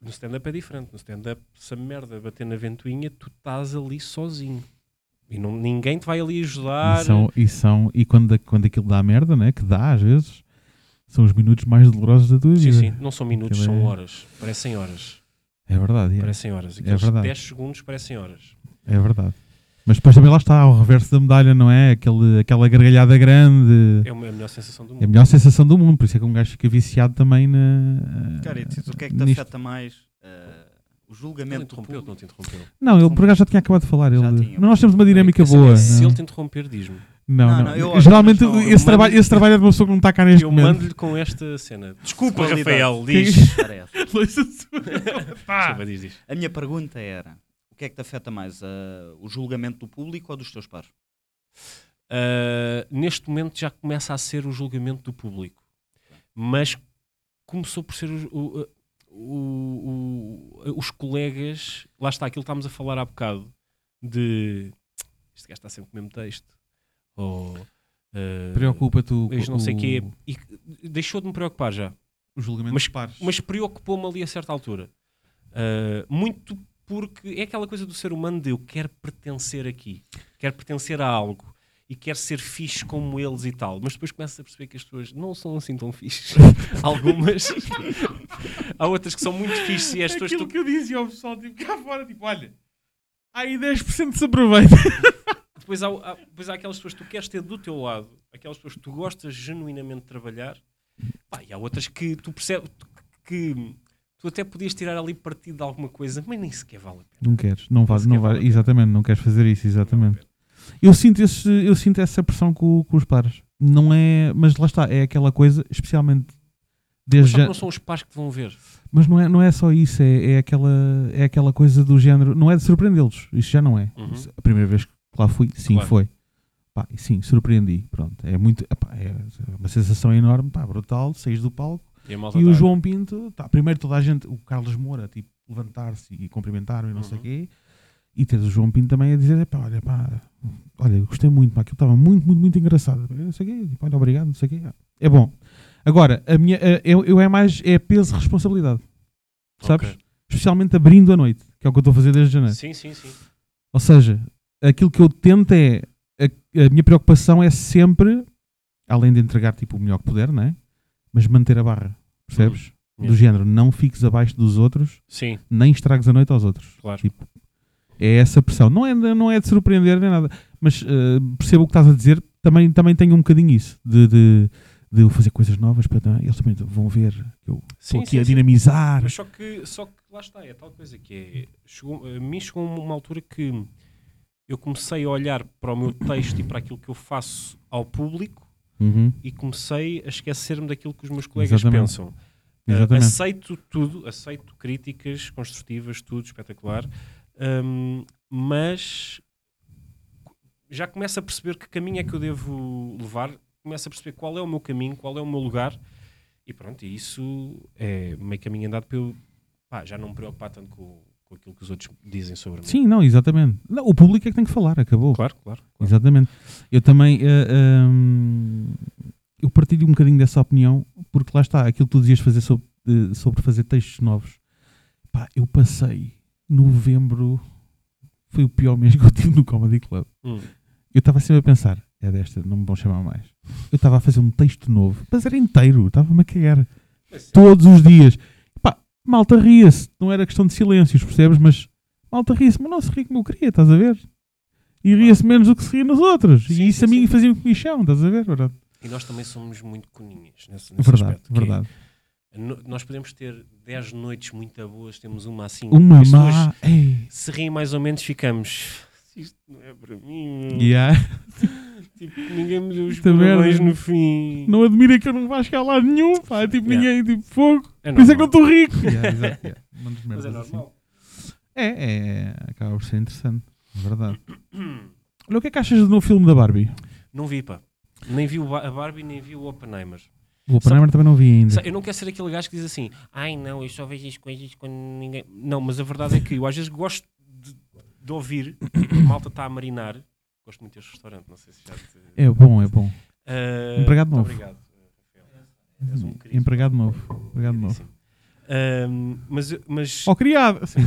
no stand-up é diferente. No stand-up, se a merda bater na ventoinha, tu estás ali sozinho. E não, ninguém te vai ali ajudar.
E, são, e, são, e quando, a- quando aquilo dá merda, né, que dá às vezes, são os minutos mais dolorosos da tua
Sim,
vida.
sim. Não são minutos,
Aquilo
são
é-
horas. Parecem horas.
É verdade. yeah.
Parecem horas. Aqueles
verdade.
10 segundos parecem horas.
É verdade. Mas depois também lá está, ao reverso da medalha, não é? Aquele, aquela gargalhada grande.
É uma- a melhor sensação do
É a
mundo.
melhor sensação do mundo, por isso é que um gajo fica viciado também na.
Cara, e tu- o que é que te
nisto.
afeta mais? Ah, o
Ele
julgamento do
interrompeu,
público?
não te interrompeu.
Não, ele por acaso já tinha acabado de falar.
Já
ele-
tinha.
Não, nós temos uma dinâmica
Eu quero
boa.
saber Se
não.
ele te interromper, diz-me.
Não,
Não,
não,
não, eu acho
Geralmente
que não, eu
esse, trabalho,
mando-
esse trabalho é de uma pessoa que não está cá neste
Eu
momento.
mando-lhe com esta cena. Desculpa,
Qualidade.
Rafael,
Que-
diz.
Parece.
Desculpa, diz, diz.
A minha pergunta era: o que é que te afeta mais? ah, o julgamento do público ou dos teus pares?
Uh, neste momento já começa a ser o julgamento do público. Mas começou por ser o- o- o- o- os colegas. Lá está, aquilo que estávamos a falar há bocado de este gajo está sempre com o mesmo texto. Ou uh,
Preocupa-te o,
este não sei
o-
quê. E deixou de me preocupar já.
o julgamento
Mas-
dos pares.
mas preocupou-me ali a certa altura. Uh, muito porque é aquela coisa do ser humano de eu quero pertencer aqui, quero pertencer a algo e quero ser fixe como eles e tal. Mas depois começas a perceber que as pessoas não são assim tão fixes. Algumas. Há outras que são muito fixes e as pessoas
Aquilo
tu...
que eu dizia ao pessoal, tipo, cá fora, tipo, olha, aí 10% se aproveita.
depois, há, há- depois há aquelas pessoas que tu queres ter do teu lado, aquelas pessoas que tu gostas genuinamente de trabalhar. Pá, e há outras que tu percebes que tu até podias tirar ali partido de alguma coisa, mas nem sequer vale a pena.
Não queres, não vais,
Isso que
não
é
vais,
verdade.
exatamente, não queres fazer isso, exatamente. Eu sinto, esse, eu sinto essa pressão com, com os pares. Não é, mas lá está, é aquela coisa,
Mas
especialmente desde
só que
já,
não são os pais que vão ver.
mas não é, não é só isso, é, é, aquela, é aquela coisa do género, não é de surpreendê-los, isso já não é.
Uhum.
Isso- a primeira vez que lá fui, sim,
Claro.
foi. Pá, e sim, surpreendi, pronto, é muito, epá, é uma sensação enorme, pá, brutal, saís do palco,
E, a malta
e
tá-
o João Pinto, tá, primeiro toda a gente, o Carlos Moura, tipo, levantar-se e cumprimentar e não sei o
Uhum.
quê. E tens o João Pinto também a dizer, "Epá, olha, pá, olha, gostei muito, pá, aquilo estava muito, muito, muito engraçado. Não sei o quê, tipo, olha, obrigado, não sei o quê. É bom. Agora, a minha, a- eu, eu é mais, é peso e responsabilidade. Sabes?
Ok.
Especialmente abrindo a noite, que é o que eu estou a fazer desde janeiro.
Sim, sim, sim.
Ou seja, aquilo que eu tento é. A, a minha preocupação é sempre, além de entregar tipo, o melhor que puder, não é? Mas manter a barra, percebes?
Uhum.
Do género, não fiques abaixo dos outros,
Sim,
nem estragues a noite aos outros.
claro.
Tipo, é essa pressão. Não é, de- não é de surpreender nem nada, mas eh, percebo o que estás a dizer. Também, também tenho um bocadinho isso, de, de, de eu fazer coisas novas para. ah, Eles também vão ver que eu
Sim,
estou aqui
sim,
a
sim.
dinamizar.
Mas só que, só que lá está, é tal coisa que é. Chegou, a mim chegou uma altura que eu comecei a olhar para o meu texto e para aquilo que eu faço ao público
Uhum,
e comecei a esquecer-me daquilo que os meus colegas
Exatamente.
pensam. Uh,
Exatamente.
aceito tudo, aceito críticas construtivas, tudo espetacular, um, mas co- já começo a perceber que caminho é que eu devo levar, começo a perceber qual é o meu caminho, qual é o meu lugar, e pronto, e isso é meio caminho andado para eu pá, já não me preocupar tanto com, com aquilo que os outros dizem sobre mim.
Sim, não, exatamente. Não, o público é que tem que falar, acabou.
Claro, claro. claro.
Exatamente. Eu também eh, ehm, eu partilho um bocadinho dessa opinião, porque lá está, aquilo que tu dizias fazer sobre, eh, sobre fazer textos novos. Pá, eu passei novembro, foi o pior mês que eu tive no Comedy Club.
Hum.
Eu estava sempre a pensar, é desta, não me vão chamar mais. Eu estava a fazer um texto novo, mas era inteiro, estava-me a cagar todos os dias. Pá, malta ria-se, não era questão de silêncios, percebes? Mas malta ria-se, mas não se ria como eu queria, estás a ver? E ria-se menos do que se ria nos outros.
Sim,
e isso
sim,
a mim
sim.
fazia-me comichão, estás a ver? Verdade,
E nós também somos muito coninhas nesse, nesse
verdade.
aspecto, que é-
verdade.
No- nós podemos ter 10 noites muito boas, temos uma assim.
Uma
As pessoas
má. é. Ei.
Se riem mais ou menos, ficamos. Isto não é para mim. meu.
Yeah.
Tipo, ninguém me deu os
Esta merda.
parabéns no fim.
Não admira que eu não vá chegar lá nenhum, pá. É Tipo,
Yeah.
ninguém, tipo, fogo.
é
Por isso é que
normal.
não estou rico.
Mas é normal.
assim. É, é, acaba por ser interessante. É Verdade. Olha, o que é que achas do novo filme da Barbie?
Não vi, pá. Nem vi o Ba- a Barbie, nem vi o Oppenheimer.
O Oppenheimer também não vi ainda.
Sabe, Eu não quero ser aquele gajo que diz assim: ai não, eu só vejo as coisas quando ninguém. Não, mas a verdade é que eu às vezes gosto de, de ouvir, tipo, a malta está a marinar. Gosto muito deste restaurante, não sei se já te.
É bom, é bom.
Ah,
Empregado
muito
novo.
Obrigado, Rafael. És um querido.
Empregado novo. Empregado novo.
Sim. Ahm, mas mas
Ó, criado. Sim.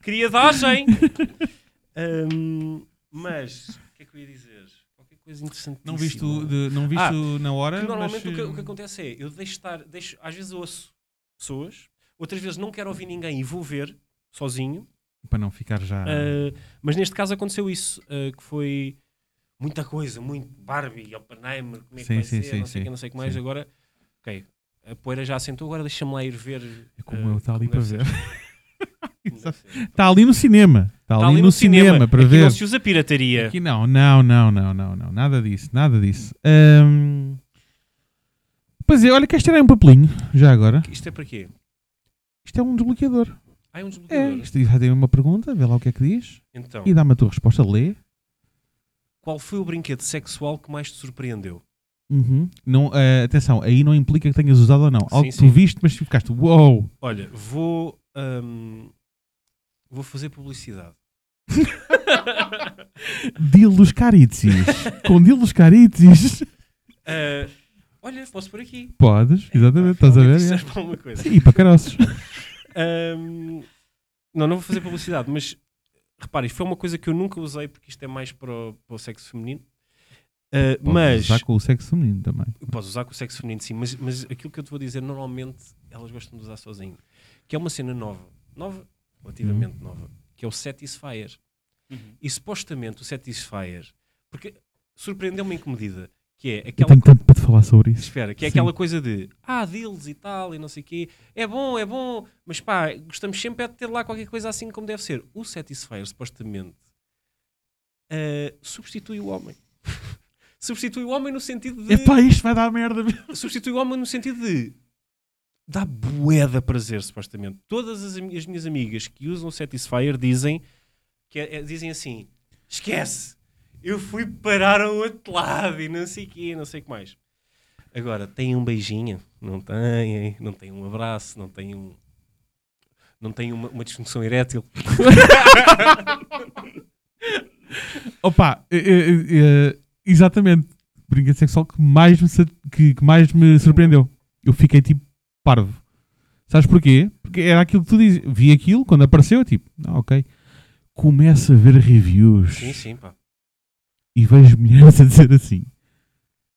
criadagem! Ahm, mas o que é que eu ia dizer? Qualquer coisa interessante.
Não visto, de- não visto na hora.
Normalmente
mas,
o, Ah, que, o que acontece é, eu deixo estar, deixo, às vezes ouço pessoas, outras vezes não quero ouvir ninguém e vou ver sozinho.
eh, Para não ficar já.
Ah, mas neste caso aconteceu isso, ah, que foi muita coisa, muito Barbie, Oppenheimer, como é que
Sim,
vai
sim,
ser,
sim,
não sei o
sim,
que, não sei o que mais.
sim.
Agora, ok, a poeira já assentou, agora deixa-me lá ir ver.
é
ah,
como eu, está ali para
como
ver.
deve ser, como deve ser. Tá
Está ali no cinema. Está ali, no cinema, para
Aqui
ver.
não se usa pirataria.
Aqui não, não, não, não, não, não. Nada disso, nada disso. Ahm, Pois é, olha, queres tirar um papelinho, já agora?
Isto é para quê?
Isto é um desbloqueador.
Ah, é um
É,
desbloqueador.
isto vai ter uma pergunta, vê lá o que é que diz
Então,
e dá-me a tua resposta, lê.
qual foi o brinquedo sexual que mais te surpreendeu?
Uhum. Não, eh, atenção, aí não implica que tenhas usado ou não. Algo
Sim,
que
sim.
tu viste, mas tu ficaste, uou!
Olha, vou. hum, vou fazer publicidade.
Dilos Caritzis. Com Dilos Caritzis.
Ah, olha, posso por aqui. Ah,
Podes, exatamente, estás a
Realmente
ver?
isto
é?
serve para alguma coisa.
Sim, para caroços.
Hum, não, não vou fazer publicidade, mas reparem, foi uma coisa que eu nunca usei porque isto é mais para o, para o sexo feminino. Ah, mas
Já com o sexo feminino também.
Podes usar com o sexo feminino, sim, mas, mas aquilo que eu te vou dizer, normalmente elas gostam de usar sozinho. Que é uma cena nova, nova, relativamente
Uhum.
nova, que é o Satisfyer.
Uhum.
E supostamente o Satisfyer, porque surpreendeu-me em que medida? Que é
Eu
aquela
tenho
coisa.
tanto para te falar sobre isso.
Espera, que é
Sim.
aquela coisa de ah, deals e tal, e não sei o quê, é bom, é bom, mas pá, gostamos sempre é de ter lá qualquer coisa assim como deve ser. O Satisfyer, supostamente, ah, substitui o homem. substitui o homem no sentido de
Epá, isto vai dar merda.
substitui o homem no sentido de dá bué de prazer, supostamente. Todas as, ami- as minhas amigas que usam o Satisfyer dizem, que é- é- dizem assim, esquece, eu fui parar ao outro lado e não sei o quê, não sei o que mais. Agora, tem um beijinho? Não tem, não tem um abraço, não tem um... Não tem uma, uma disfunção erétil.
Opa, é- é- é- é- exatamente. Brinquedo sexual que mais, me, sa- que, que mais me surpreendeu. Eu fiquei tipo parvo. Sabes porquê? Porque era aquilo que tu dizes. Vi aquilo quando apareceu, tipo, ah, ok. Começo a ver reviews
Sim, sim, pá.
e vejo mulheres a dizer assim: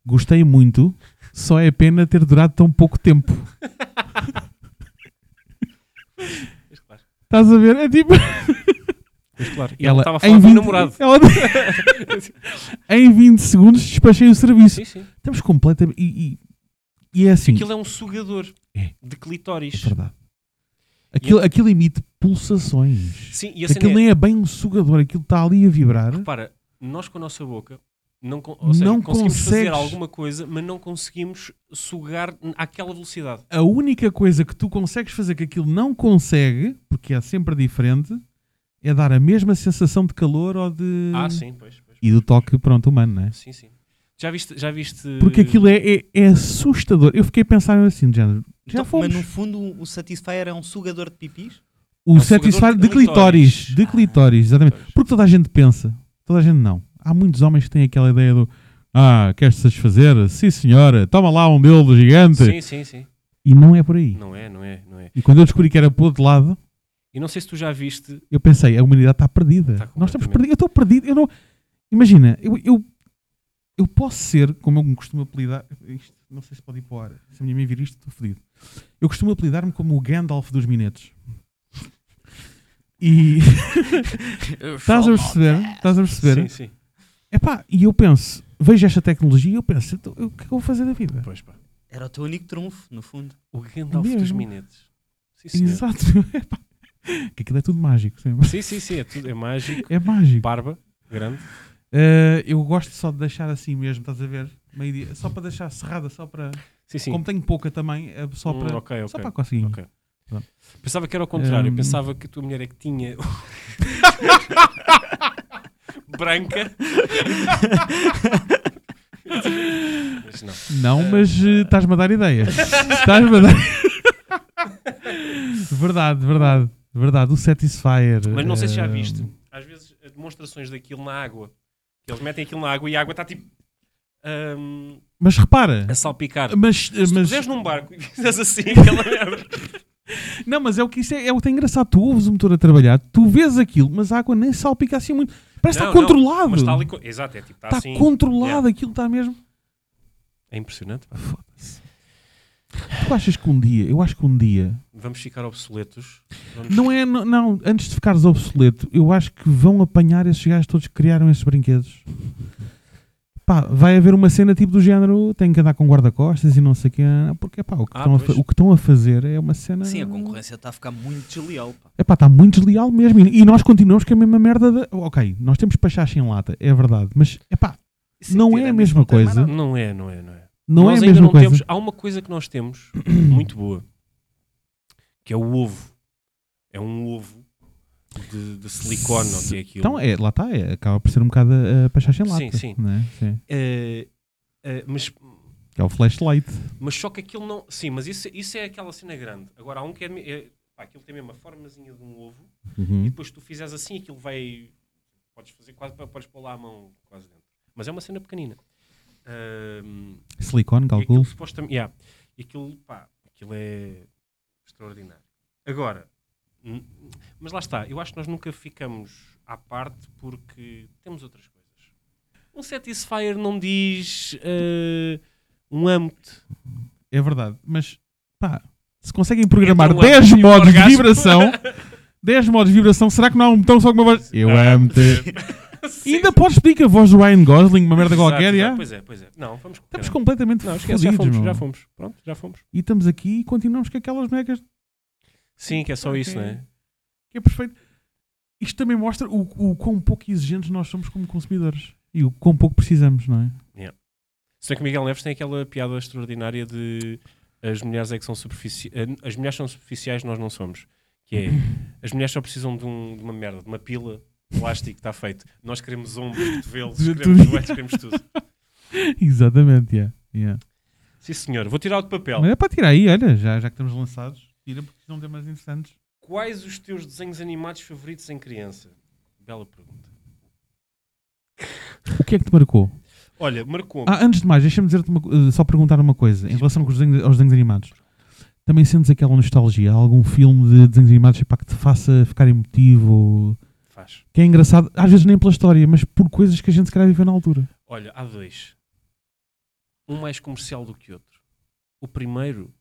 Gostei muito, só é pena ter durado tão pouco tempo.
Mas claro.
Estás a ver? É tipo.
Mas claro. E ela estava a falar
em
do
20
namorado.
ela- em 20 segundos despachei o serviço.
Sim, sim.
Estamos completamente. E, e, e é assim.
Aquilo é um sugador
É.
de clitóris.
É verdade. Aquilo, aquilo emite pulsações.
Sim, e a cena
Aquilo
é-
nem é bem um sugador, aquilo está ali a vibrar.
Repara, nós com a nossa boca não, con- ou seja,
Não
conseguimos fazer
consegues.
alguma coisa, mas não conseguimos sugar n- àquela velocidade.
A única coisa que tu consegues fazer que aquilo não consegue, porque é sempre diferente, é dar a mesma sensação de calor ou de.
Ah, sim, pois. pois.
E do toque, pronto, humano, não é?
Sim, sim. Já viste. Já viste
Porque aquilo é, é, é assustador. Eu fiquei a pensar assim, de género. Já
Então,
fomos.
Mas no fundo o Satisfyer é um sugador de pipis?
O
um
satisfar
sugador
de
de clitóris.
clitóris. De clitóris, exatamente. Porque toda a gente pensa. Toda a gente não. Há muitos homens que têm aquela ideia do. Ah, queres satisfazer? Sim, senhora. Toma lá um dildo gigante.
Sim, sim, sim.
E não é por aí.
Não é, não é, não é.
E quando eu descobri que era para o outro lado,
E não sei se tu já viste.
eu pensei, a humanidade está perdida.
Está
Nós estamos
completamente.
perdidos. Eu estou perdido. Eu não... Imagina, eu, eu, eu posso ser, como eu me costumo apelidar. Isto, não sei se pode ir para o ar. Se a minha mãe vir isto, estou fodido. Eu costumo apelidar-me como o Gandalf dos Minetos. E estás a perceber? Estás a perceber?
Oh, Sim, sim.
Epá, e eu penso, vejo esta tecnologia e eu penso, então, eu- o que é que eu vou fazer da vida?
Pois pá.
Era o teu único trunfo, no fundo.
O Gandalf dos
Mesmo.
Minetes. Sim, senhor.
Exato. Epá, que aquilo é tudo mágico. sim.
Sim, sim, sim. É, tudo, é mágico.
É mágico.
Barba, grande.
Uh, eu gosto só de deixar assim mesmo, estás a ver? Meio dia. Só para deixar cerrada, só para.
Sim, sim.
Como tenho pouca também, é só
Hum,
para.
ok, ok.
Só para conseguir.
Ok. Pensava que era ao
Hum.
contrário. Pensava que a tua mulher é que tinha. branca. Mas não.
Não, mas
eh,
uh, estás-me a dar ideias. estás-me a dar. verdade, verdade. Verdade. O Satisfyer.
Mas não sei se já
uh,
viste. Às vezes, as demonstrações daquilo na água. que Eles metem aquilo na água e a água está tipo. hum,
Mas repara.
a salpicar.
Mas, eh,
Se tu
mas,
puseres num barco e fizes assim, aquela merda.
não, mas é o que isso é, é o que é engraçado. Tu ouves o motor a trabalhar, tu vês aquilo, mas a água nem salpica assim muito. Parece que
Não,
está
não,
controlado.
Mas está ali. co- Exato, é tipo, está
Ah, Está
assim.
controlado,
yeah.
aquilo está mesmo.
É impressionante. pá.
Foda-se. Tu achas que um dia, eu acho que um dia,
Vamos ficar obsoletos. Vamos-
não é, não, não, antes de ficares obsoleto, eu acho que vão apanhar esses gajos todos que criaram esses brinquedos. Pá, vai haver uma cena tipo do género, tem que andar com guarda-costas e não sei o quê, porque pá, o que,
Ah,
estão a, fa-
pois.
o que estão a fazer é uma cena...
Sim, a concorrência está a ficar muito desleal. Pá.
É pá, está muito desleal mesmo e, e nós continuamos com a mesma merda da... Ok, nós temos pachachas em lata, é verdade, mas é pá,
Isso
Não
que
é a
tirando isso
mesma
não tem mais
coisa.
nada.
Não é, não é, não é.
não
nós
é a
ainda
mesma
não
coisa.
temos. Há uma coisa que nós temos muito boa, que é o ovo. É um ovo de, de silicone, ou o que é aquilo.
Então, é, lá está, é, acaba por ser um bocado a, a pachacha em
Sim,
lata.
sim.
né? Sim.
Eh, eh, mas,
Que é o flashlight.
mas só que aquilo não. Sim, mas isso, isso é aquela cena grande. Agora, há um que é. me- é- pá, aquilo tem mesmo a formazinha de um ovo, e depois tu fizeres assim, aquilo vai. Podes fazer quase. Podes pôr lá a mão quase dentro. Mas é uma cena pequenina. Ahm, E
Silicone,
aquilo
calculo.
supostamente. Yeah. E Aquilo, pá, aquilo é extraordinário. Agora, n- mas lá está, eu acho que nós nunca ficamos à parte porque temos outras coisas. Um Satisfyer não diz eh, um âmbito.
É verdade, mas pá, se conseguem programar
Então,
10
amo-te e
modos de
orgasmo.
vibração, 10 modos de vibração, será que não há um botão só com uma voz? Eu
Ah.
amo-te. E ainda podes pedir que a voz do Ryan Gosling, uma merda qualquer, já?
Pois é, pois é. Não, vamos
Estamos
caralho.
completamente
Não, esquece,
fodidos,
já fomos,
meu.
já fomos. Pronto, já fomos.
E estamos aqui e continuamos com aquelas bonecas
Sim, que é só isso, não é?
que é perfeito. Isto também mostra o, o quão pouco exigentes nós somos como consumidores. E o quão pouco precisamos, não é?
Se bem que o Miguel Neves tem aquela piada extraordinária de as mulheres é que são superficiais. As mulheres são superficiais, nós não somos. Que é, as mulheres só precisam de, um- de uma merda, de uma pila de plástico, está feito. Nós queremos ombros, cotovelos,
Tudo.
queremos joelhos, queremos tudo.
Exatamente, yeah, yeah.
Sim, senhor. Vou tirar o de papel.
Mas é para tirar aí, olha, já, já que estamos lançados, tira porque não tem mais interessantes.
Quais os teus desenhos animados favoritos em criança? Bela pergunta.
O que é que te marcou?
Olha, marcou-me.
Ah, antes de mais, deixa-me dizer-te uma co- eh, só perguntar uma coisa em relação aos desenhos, aos desenhos animados. Também sentes aquela nostalgia? Há algum filme de desenhos animados epá, que te faça ficar emotivo? ou-
Faz.
Que é engraçado, às vezes nem pela história, mas por coisas que a gente se calhar viveu na altura.
Olha, há dois. Um mais comercial do que outro. O primeiro,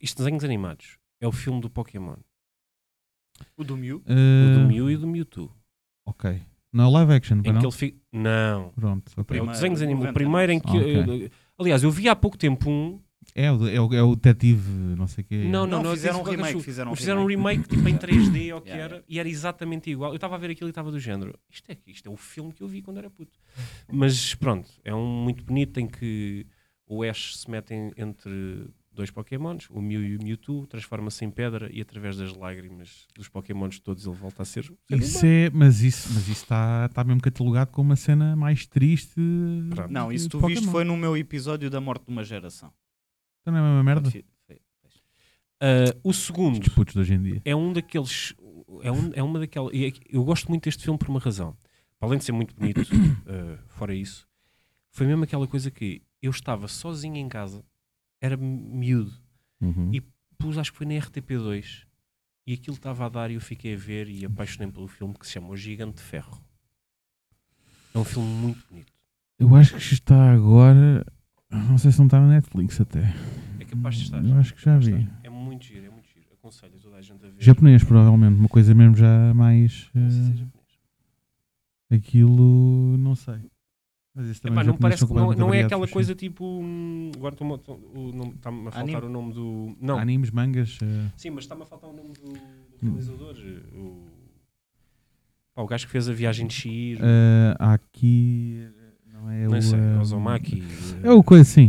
isto desenhos animados, é o filme do Pokémon.
O do Mew.
O do
Eh,
Mew e o do Mewtwo.
Ok. Não é live action,
Em
não?
que ele fica... Não.
Pronto, ok.
É o
Primeiro,
desenhos animados. O
noventa.
primeiro em que...
Ah,
eh, Aliás, eu vi há pouco tempo um...
É o, é o, é o detetive, não sei o quê.
Não, não,
Não,
não.
fizeram
isso
um
qualquer
remake,
chuva.
fizeram um
Mas fizeram um remake tipo em 3D ou o que era e era exatamente igual. Eu estava a ver aquilo e estava do género. Isto é, isto é o filme que eu vi quando era puto. Mas pronto, é um muito bonito em que o Ash se mete em- entre dois Pokémons, o Mew e o Mewtwo, transforma-se em pedra e através das lágrimas dos Pokémons todos ele volta a ser. ser
Isso
humano.
é, mas isso está mas isso tá, tá mesmo catalogado como uma cena mais triste.
Pronto.
Não, isso tu
Pokémon.
viste foi no meu episódio da morte de uma geração.
Então não é uma merda.
Foi- foi-
Ah, o segundo
Estes putos de hoje em dia.
é um daqueles. É, um, é uma daquelas. e é que Eu gosto muito deste filme por uma razão. Para além de ser muito bonito, eh, fora isso, foi mesmo aquela coisa que eu estava sozinho em casa, era miúdo, E- pus, acho que foi na RTP2, e aquilo estava a dar e eu fiquei a ver e apaixonei pelo filme que se chama O Gigante de Ferro. É um filme muito bonito.
Eu acho que está agora. Não sei se não está na Netflix até.
É capaz de estar.
Eu acho que já
Capaz de
vi.
estar. É muito giro, é muito giro. Aconselho a toda a gente a ver.
Japonês, provavelmente. Uma coisa mesmo já mais.
Não sei se é
eh,
japonês.
aquilo. Não sei. Mas isso também
Epá,
os
não
japoneses
parece
são
que não,
completamente
não é
variados,
aquela
mas sim.
coisa tipo. hum, Agora estou-me a- estou- o nome- está-me a faltar
Anime?
o nome do. Não,
Animes, mangas. eh,
sim, mas está-me a faltar o nome do,
Hum.
do realizador. O, pá, o gajo que fez a viagem de Shihiro.
eh, há aqui. eh, Não é
não
o.
sei,
eh,
Ozomaki.
É o coisa, sim.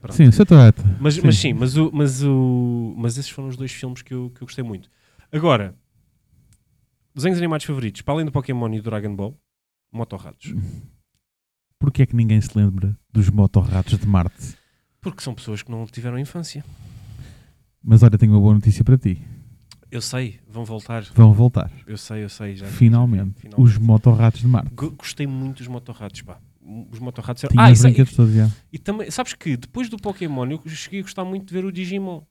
Pronto.
Sim, o seu Toyota.
Mas,
sim.
mas sim, mas, o, mas, o, mas esses foram os dois filmes que eu, que eu gostei muito. Agora, desenhos animados favoritos, para além do Pokémon e do Dragon Ball, Motorrados.
Porquê é que ninguém se lembra dos motorratos de Marte?
Porque são pessoas que não tiveram infância.
Mas olha, tenho uma boa notícia para ti.
Eu sei, vão voltar.
Vão voltar.
Eu sei, eu sei. Já
Finalmente.
Finalmente.
Os motorratos de Marte.
Go- Gostei muito dos motorratos, pá. Os motorratos eram...
Tinha
Ah, e,
os
sei-
brinquedos todos, já.
e também, sabes que depois do Pokémon eu cheguei a gostar muito de ver o Digimon.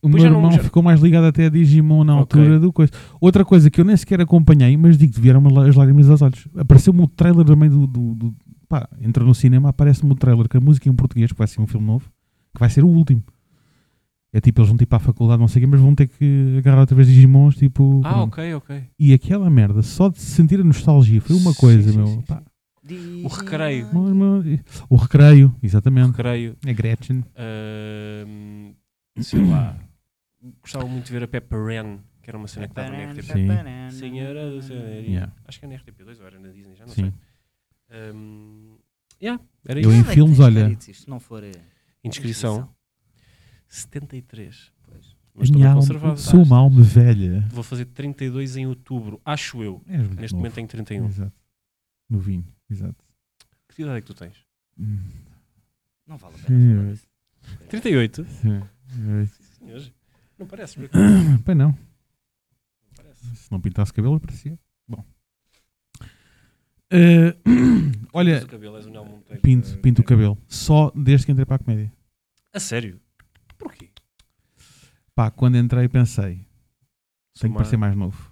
O
Pois
meu
já não-
irmão
já-
ficou mais ligado até a Digimon
Ok.
na altura do coisa. Outra coisa que eu nem sequer acompanhei, mas digo-te, vieram-me lá- as lágrimas aos olhos. Apareceu-me o trailer também do... do, do pá, entra no cinema, aparece-me o trailer com a música em português, que vai ser um filme novo, que vai ser o último. É tipo, eles vão tipo à faculdade, não sei o quê, mas vão ter que agarrar outra vez Digimons, tipo...
Ah,
pronto.
ok, ok.
E aquela merda, só de sentir a nostalgia, foi uma
Sim,
coisa,
sim,
meu.
sim,
pá.
O recreio.
Mas, mas, O recreio, exatamente.
Creio.
É Gretchen.
ahm, sei lá. Gostava muito de ver a Peppa Ren, que era uma cena Tá, é que estava na RTP.
Sim.
Senhora do Senhorinho.
Yeah.
Acho que era na RTP2 ou era na Disney, já não
Sim.
sei. Ahm, yeah, era isso.
Eu em
Onde é que
filmes,
tens
olha-
parido se isto não for eh,
Inscrição 73.
Pois.
Mas
A
estou
minha
bem
alma-
conservado. tá?
sou uma alma velha.
Vou fazer 32 em outubro, acho eu.
És muito
Neste
novo.
momento tenho 31.
Exato. Novinho, exato.
Que idade é que tu tens?
Hum,
Não vale a
Sim,
pena. falar
é.
disso.
38?
sim. É.
Senhores, não parece, por acaso,
Bem, não.
não parece.
Se não pintasse cabelo, aparecia. Bom. Eh,
Mas
olha,
o cabelo é és o Nel Monteiro
pinto,
da-
pinto o cabelo. Só desde que entrei para a comédia.
A sério? Porquê?
Pá, quando entrei pensei,
Sou
Tenho que
uma-
parecer mais novo.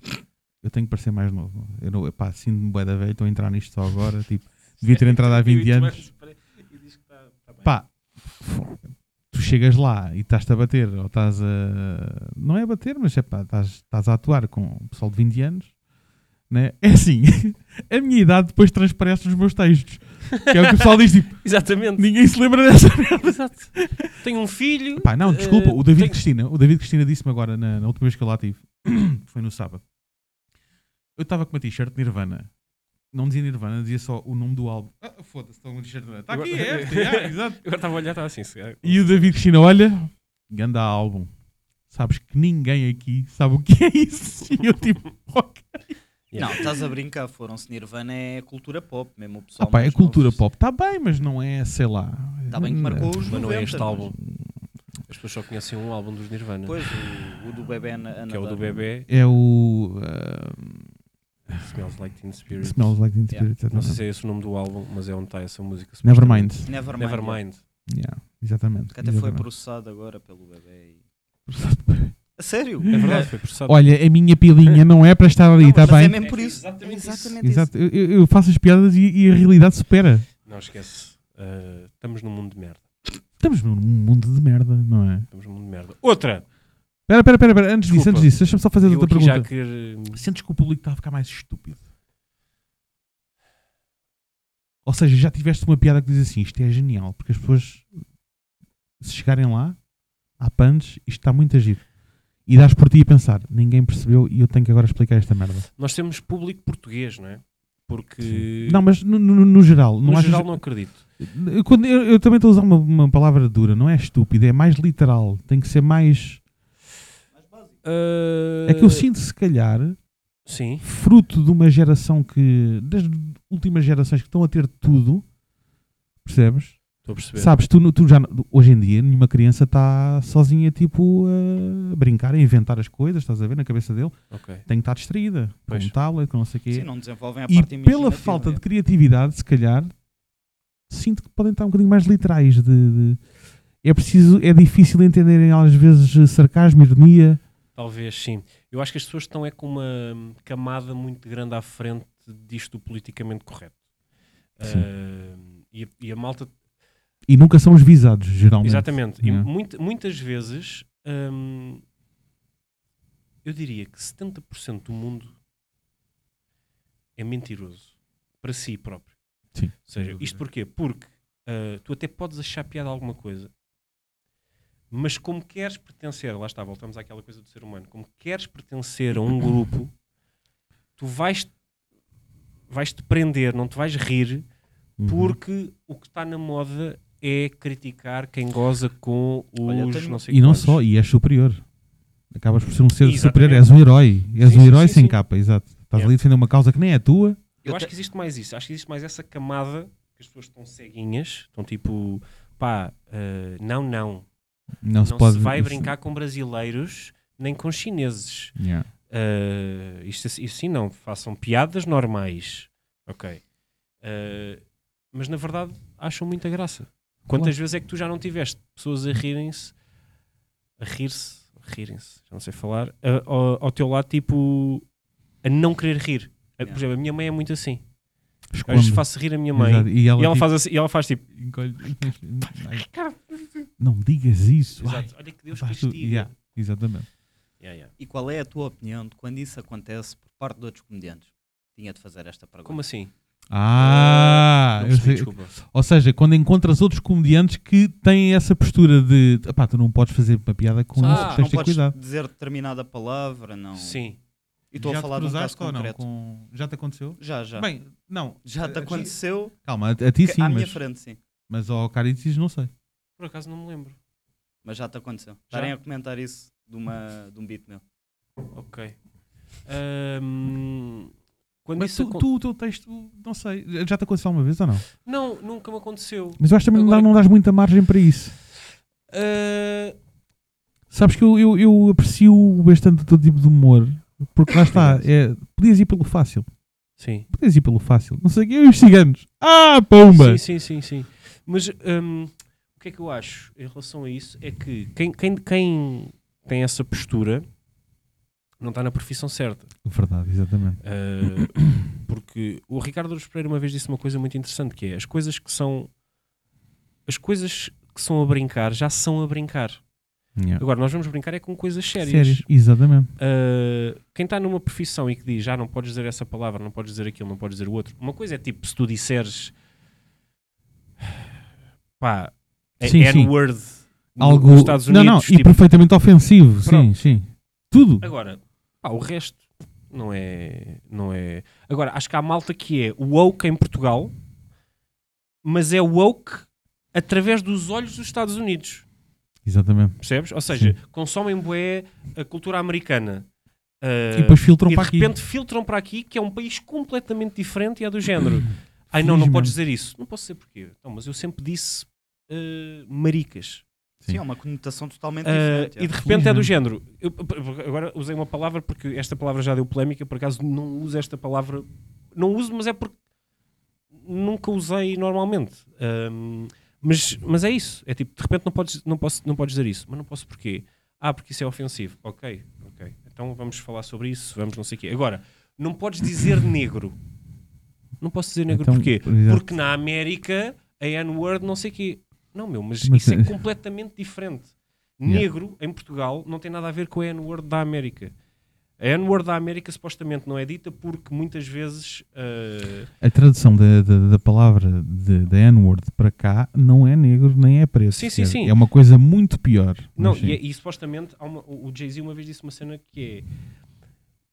Eu tenho que parecer mais novo. Eu não, pá, sinto-me bué da velha, estou a entrar nisto só agora. Tipo, devia ter entrado há 20
38
anos.
E diz que está está bem.
Pá, tu chegas lá e estás-te a bater, ou estás a. Não é a bater, mas é pá, estás, estás a atuar com um pessoal de 20 anos. Né? É assim, a minha idade depois transparece nos meus textos. Que é o que o pessoal diz, tipo,
Exatamente.
ninguém se lembra dessa.
Exato. Tenho um filho.
Pá, não,
eh,
desculpa, o David
tenho-
Cristina, o David Cristina disse-me agora na, na última vez que eu lá tive, foi no sábado. Eu estava com uma t-shirt Nirvana. Não dizia Nirvana, dizia só o nome do álbum. Ah, foda-se, estão a lixar de Está aqui, é este, yeah, exato.
Agora estava a olhar, estava assim. se calhar.
E o David Cristina, olha, ganda álbum. Sabes que ninguém aqui sabe o que é isso. E eu tipo, ok.
Yeah.
Não, estás a brincar, foram-se Nirvana é cultura pop, mesmo o pessoal.
Ah, pá, é
mais
cultura
novo.
pop. Está bem, mas não é, sei lá.
Está bem que marcou os
Mas não é
90,
este álbum. As pessoas só conhecem um álbum dos Nirvana,
Pois, o, o do bebê Ana
que é o do bebê,
É o. ah,
Smells Like Teen Spirit.
Smells Like Teen
Yeah.
Spirit.
Não sei
exatamente.
se é esse o nome do álbum, mas é onde está essa música.
Nevermind.
Nevermind.
Nevermind.
Yeah, exatamente.
Que até foi
exatamente.
processado agora pelo bebê. A sério?
É verdade, foi processado.
Olha, a minha pilinha não é para estar ali,
Não,
está
mas é
bem?
mesmo por isso.
exatamente isso.
Exato. Eu, eu- eu faço as piadas e, e a realidade supera.
Não esquece. eh, estamos num mundo de merda.
Estamos num mundo de merda, não é?
Estamos num mundo de merda. Outra!
Espera, espera, espera, espera. Antes disso,
Desculpa.
antes disso, deixa-me só fazer
Eu
outra
aqui
pergunta.
já querer.
Sentes que o público está a ficar mais estúpido? Ou seja, já tiveste uma piada que diz assim, isto é genial, porque as pessoas se chegarem lá, há punch, isto está muito a giro. E dás por ti a pensar, ninguém percebeu e eu tenho que agora explicar esta merda.
Nós temos público português, não é? Porque.
Não, mas no, no- no geral,
no
não achas-
geral não acredito.
Eu, quando- eu- eu também estou a usar uma, uma palavra dura, não é estúpida, é mais literal, tem que ser mais. É
Eh,
que eu sinto, se calhar,
Ah, Sim.
fruto de uma geração que. das últimas gerações que estão a ter tudo, percebes?
Estou a perceber.
Sabes, tu, no- tu já. no- Hoje em dia, nenhuma criança está sozinha, tipo, a brincar, a inventar as coisas, estás a ver, na cabeça dele.
Ok.
Tem que estar distraída, com
Pois.
um tablet, com não sei o quê.
Sim, não desenvolvem a
e
parte é?
pela falta de criatividade, se calhar, sinto que podem estar um bocadinho mais literais. De, de- É preciso, é difícil entenderem às vezes eh, sarcasmo, ironia.
Talvez sim. Eu acho que as pessoas estão é com uma camada muito grande à frente disto do politicamente correto.
Sim.
Eh, e, a, e a malta
E nunca são os visados, geralmente.
Exatamente. E
Yeah.
muita- muitas vezes, hum, eu diria que 70% do mundo é mentiroso para si próprio.
Sim,
Ou seja,
dúvida.
isto porquê? Porque ah, tu até podes achar piada a alguma coisa, mas como queres pertencer, lá está, voltamos àquela coisa do ser humano, como queres pertencer a um grupo, tu vais vais te prender, não te vais rir
Uhum.
porque o que está na moda é criticar quem goza com os
Olha, eu tenho-
não sei
E não
quantos.
só, e és superior. Acabas por ser um ser
Exatamente.
superior, és um herói. És
Sim,
um
sim,
herói
sim,
sem
sim.
capa, exato. Estás
Yeah.
ali a defender uma causa que nem é tua.
Eu
Eu
acho
te-
que existe mais isso. Acho que existe mais essa camada que as pessoas estão ceguinhas, estão tipo, pá, eh, não, não.
Não,
Não
se
se,
pode.
vai
isso-
brincar com brasileiros nem com chineses.
Yeah.
Eh, isto, assim- isto sim não, façam piadas normais. Ok. Eh, mas na verdade acham muita graça. Quantas vezes é que tu já não tiveste pessoas a rirem-se, a rir-se, a rirem-se, já não sei falar, a- ao, ao teu lado, tipo, a não querer rir. A-
Yeah.
Por exemplo, a minha mãe é muito assim. Às
Esconde.
vezes faço rir a minha mãe
Exato. E ela,
e, ela
tipo,
faz assim- e ela faz tipo,
encolhe- Não digas isso. ai,
"Exato, olha que Deus
faz tu-
castiga.
yeah, Exatamente.
Yeah, yeah.
E qual é a tua opinião de quando isso acontece por parte de outros comediantes? Tinha de fazer esta pergunta.
Como assim?
Ah,
não
eu
percebi,
sei-
desculpa.
Ou seja, quando encontras outros comediantes que têm essa postura de pá, tu não podes fazer uma piada com
Ah,
isso, tens
não
de ter
podes
cuidado.
dizer determinada palavra, não.
Sim.
E estou
Já
a
te
falar de um caso
cruzaste ou não
concreto.
com- Já te aconteceu?
Já, já.
Bem, não.
já te
a- a-
aconteceu
Calma, a, a ti
que-
sim,
à minha
mas,
frente, sim.
mas ao Caritis não sei.
Por acaso não me lembro.
Mas já te aconteceu. Estarem a comentar isso de, uma, de um beat meu.
Ok. Ahm, quando
Mas
isso
tu,
acon-
tu, o teu texto, não sei. Já te aconteceu alguma vez ou não?
Não, nunca me aconteceu.
Mas eu acho que também não dá-
Agora-
não dás muita margem para isso.
Ah,
Sabes que eu, eu, eu aprecio bastante todo tipo de humor. Porque lá está, é, podias ir pelo fácil.
sim.
Podias ir pelo fácil. Não sei o quê. E os ciganos. Ah, pomba!
sim. Sim, sim, sim. Mas ahm, o que é que eu acho em relação a isso é que quem, quem, quem tem essa postura não está na profissão certa.
Verdade, exatamente.
Ah, porque o Ricardo Aruz Pereira uma vez disse uma coisa muito interessante que é as coisas que são as coisas que são a brincar já são a brincar. Agora nós vamos brincar é com coisas sérias.
Exatamente.
Uh, quem está numa profissão e que diz ah, não podes dizer essa palavra, não podes dizer aquilo, não podes dizer o outro, uma coisa é tipo, se tu disseres pá, é
Sim, sim.
N-word no-
Algo...
nos Estados Unidos,
não, não, e
tipo,
perfeitamente ofensivo.
Pronto.
Sim, sim. Tudo.
agora, pá, o resto não é, não é. Agora, acho que há malta que é woke em Portugal mas é woke através dos olhos dos Estados Unidos.
Exatamente.
Percebes? Ou seja, consomem bué a cultura americana. Ah,
e depois filtram
e
para
de
aqui.
repente filtram para aqui, que é um país completamente diferente e é do género. Ai não, não
Fiz,
podes
mano.
dizer isso. Não posso dizer porquê. Então, mas eu sempre disse ah, maricas.
Sim. Eh,
Sim, é uma conotação totalmente
Ah,
diferente.
e
é.
de repente é do
Felizmente.
género. Eu, p- p- agora usei uma palavra porque esta palavra já deu polémica, por acaso não uso esta palavra. Não uso, mas é porque nunca usei normalmente. Ahm, mas, mas é isso. É tipo, de repente não podes, não, posso, não podes dizer isso. Mas não posso porquê? Ah, porque isso é ofensivo. Ok, ok. Então vamos falar sobre isso, vamos não sei o quê. Agora, não podes dizer negro. Não posso dizer negro
Então,
porquê?
exato.
Porque na América a N-word não sei o quê. Não, meu, mas,
Mas,
isso é
eh,
completamente diferente.
Yeah.
Negro em Portugal não tem nada a ver com a N-word da América. A N-word da América supostamente não é dita porque muitas vezes eh,
A tradução da, da, da palavra de, da N-word para cá não é negro nem é preto.
Sim, sim,
É-
sim.
É uma coisa muito pior.
Não,
Mas sim.
e, é e supostamente há uma- o Jay-Z uma vez disse uma cena que é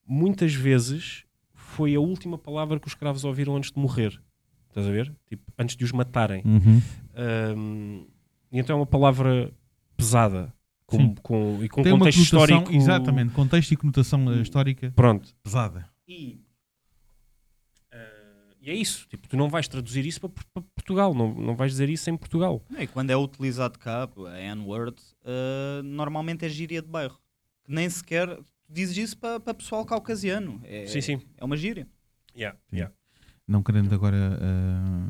muitas vezes foi a última palavra que os escravos ouviram antes de morrer. Estás a ver? Tipo, antes de os matarem.
Uhum.
Ahm, e então é uma palavra pesada com,
Sim.
com- e com
Tem uma
um contexto
conotação,
histórico.
exatamente, contexto e conotação eh, histórica
Pronto.
pesada.
E, ah, e é isso. Tipo, tu não vais traduzir isso para, Por- para Portugal. Não, não vais dizer isso em Portugal.
Não, e quando é utilizado cá, a N-word, eh, normalmente é gíria de bairro. Que nem sequer tu dizes isso para pessoal caucasiano. É,
Sim, sim.
é uma gíria.
Yeah,
Sim.
yeah.
Não querendo agora, ah,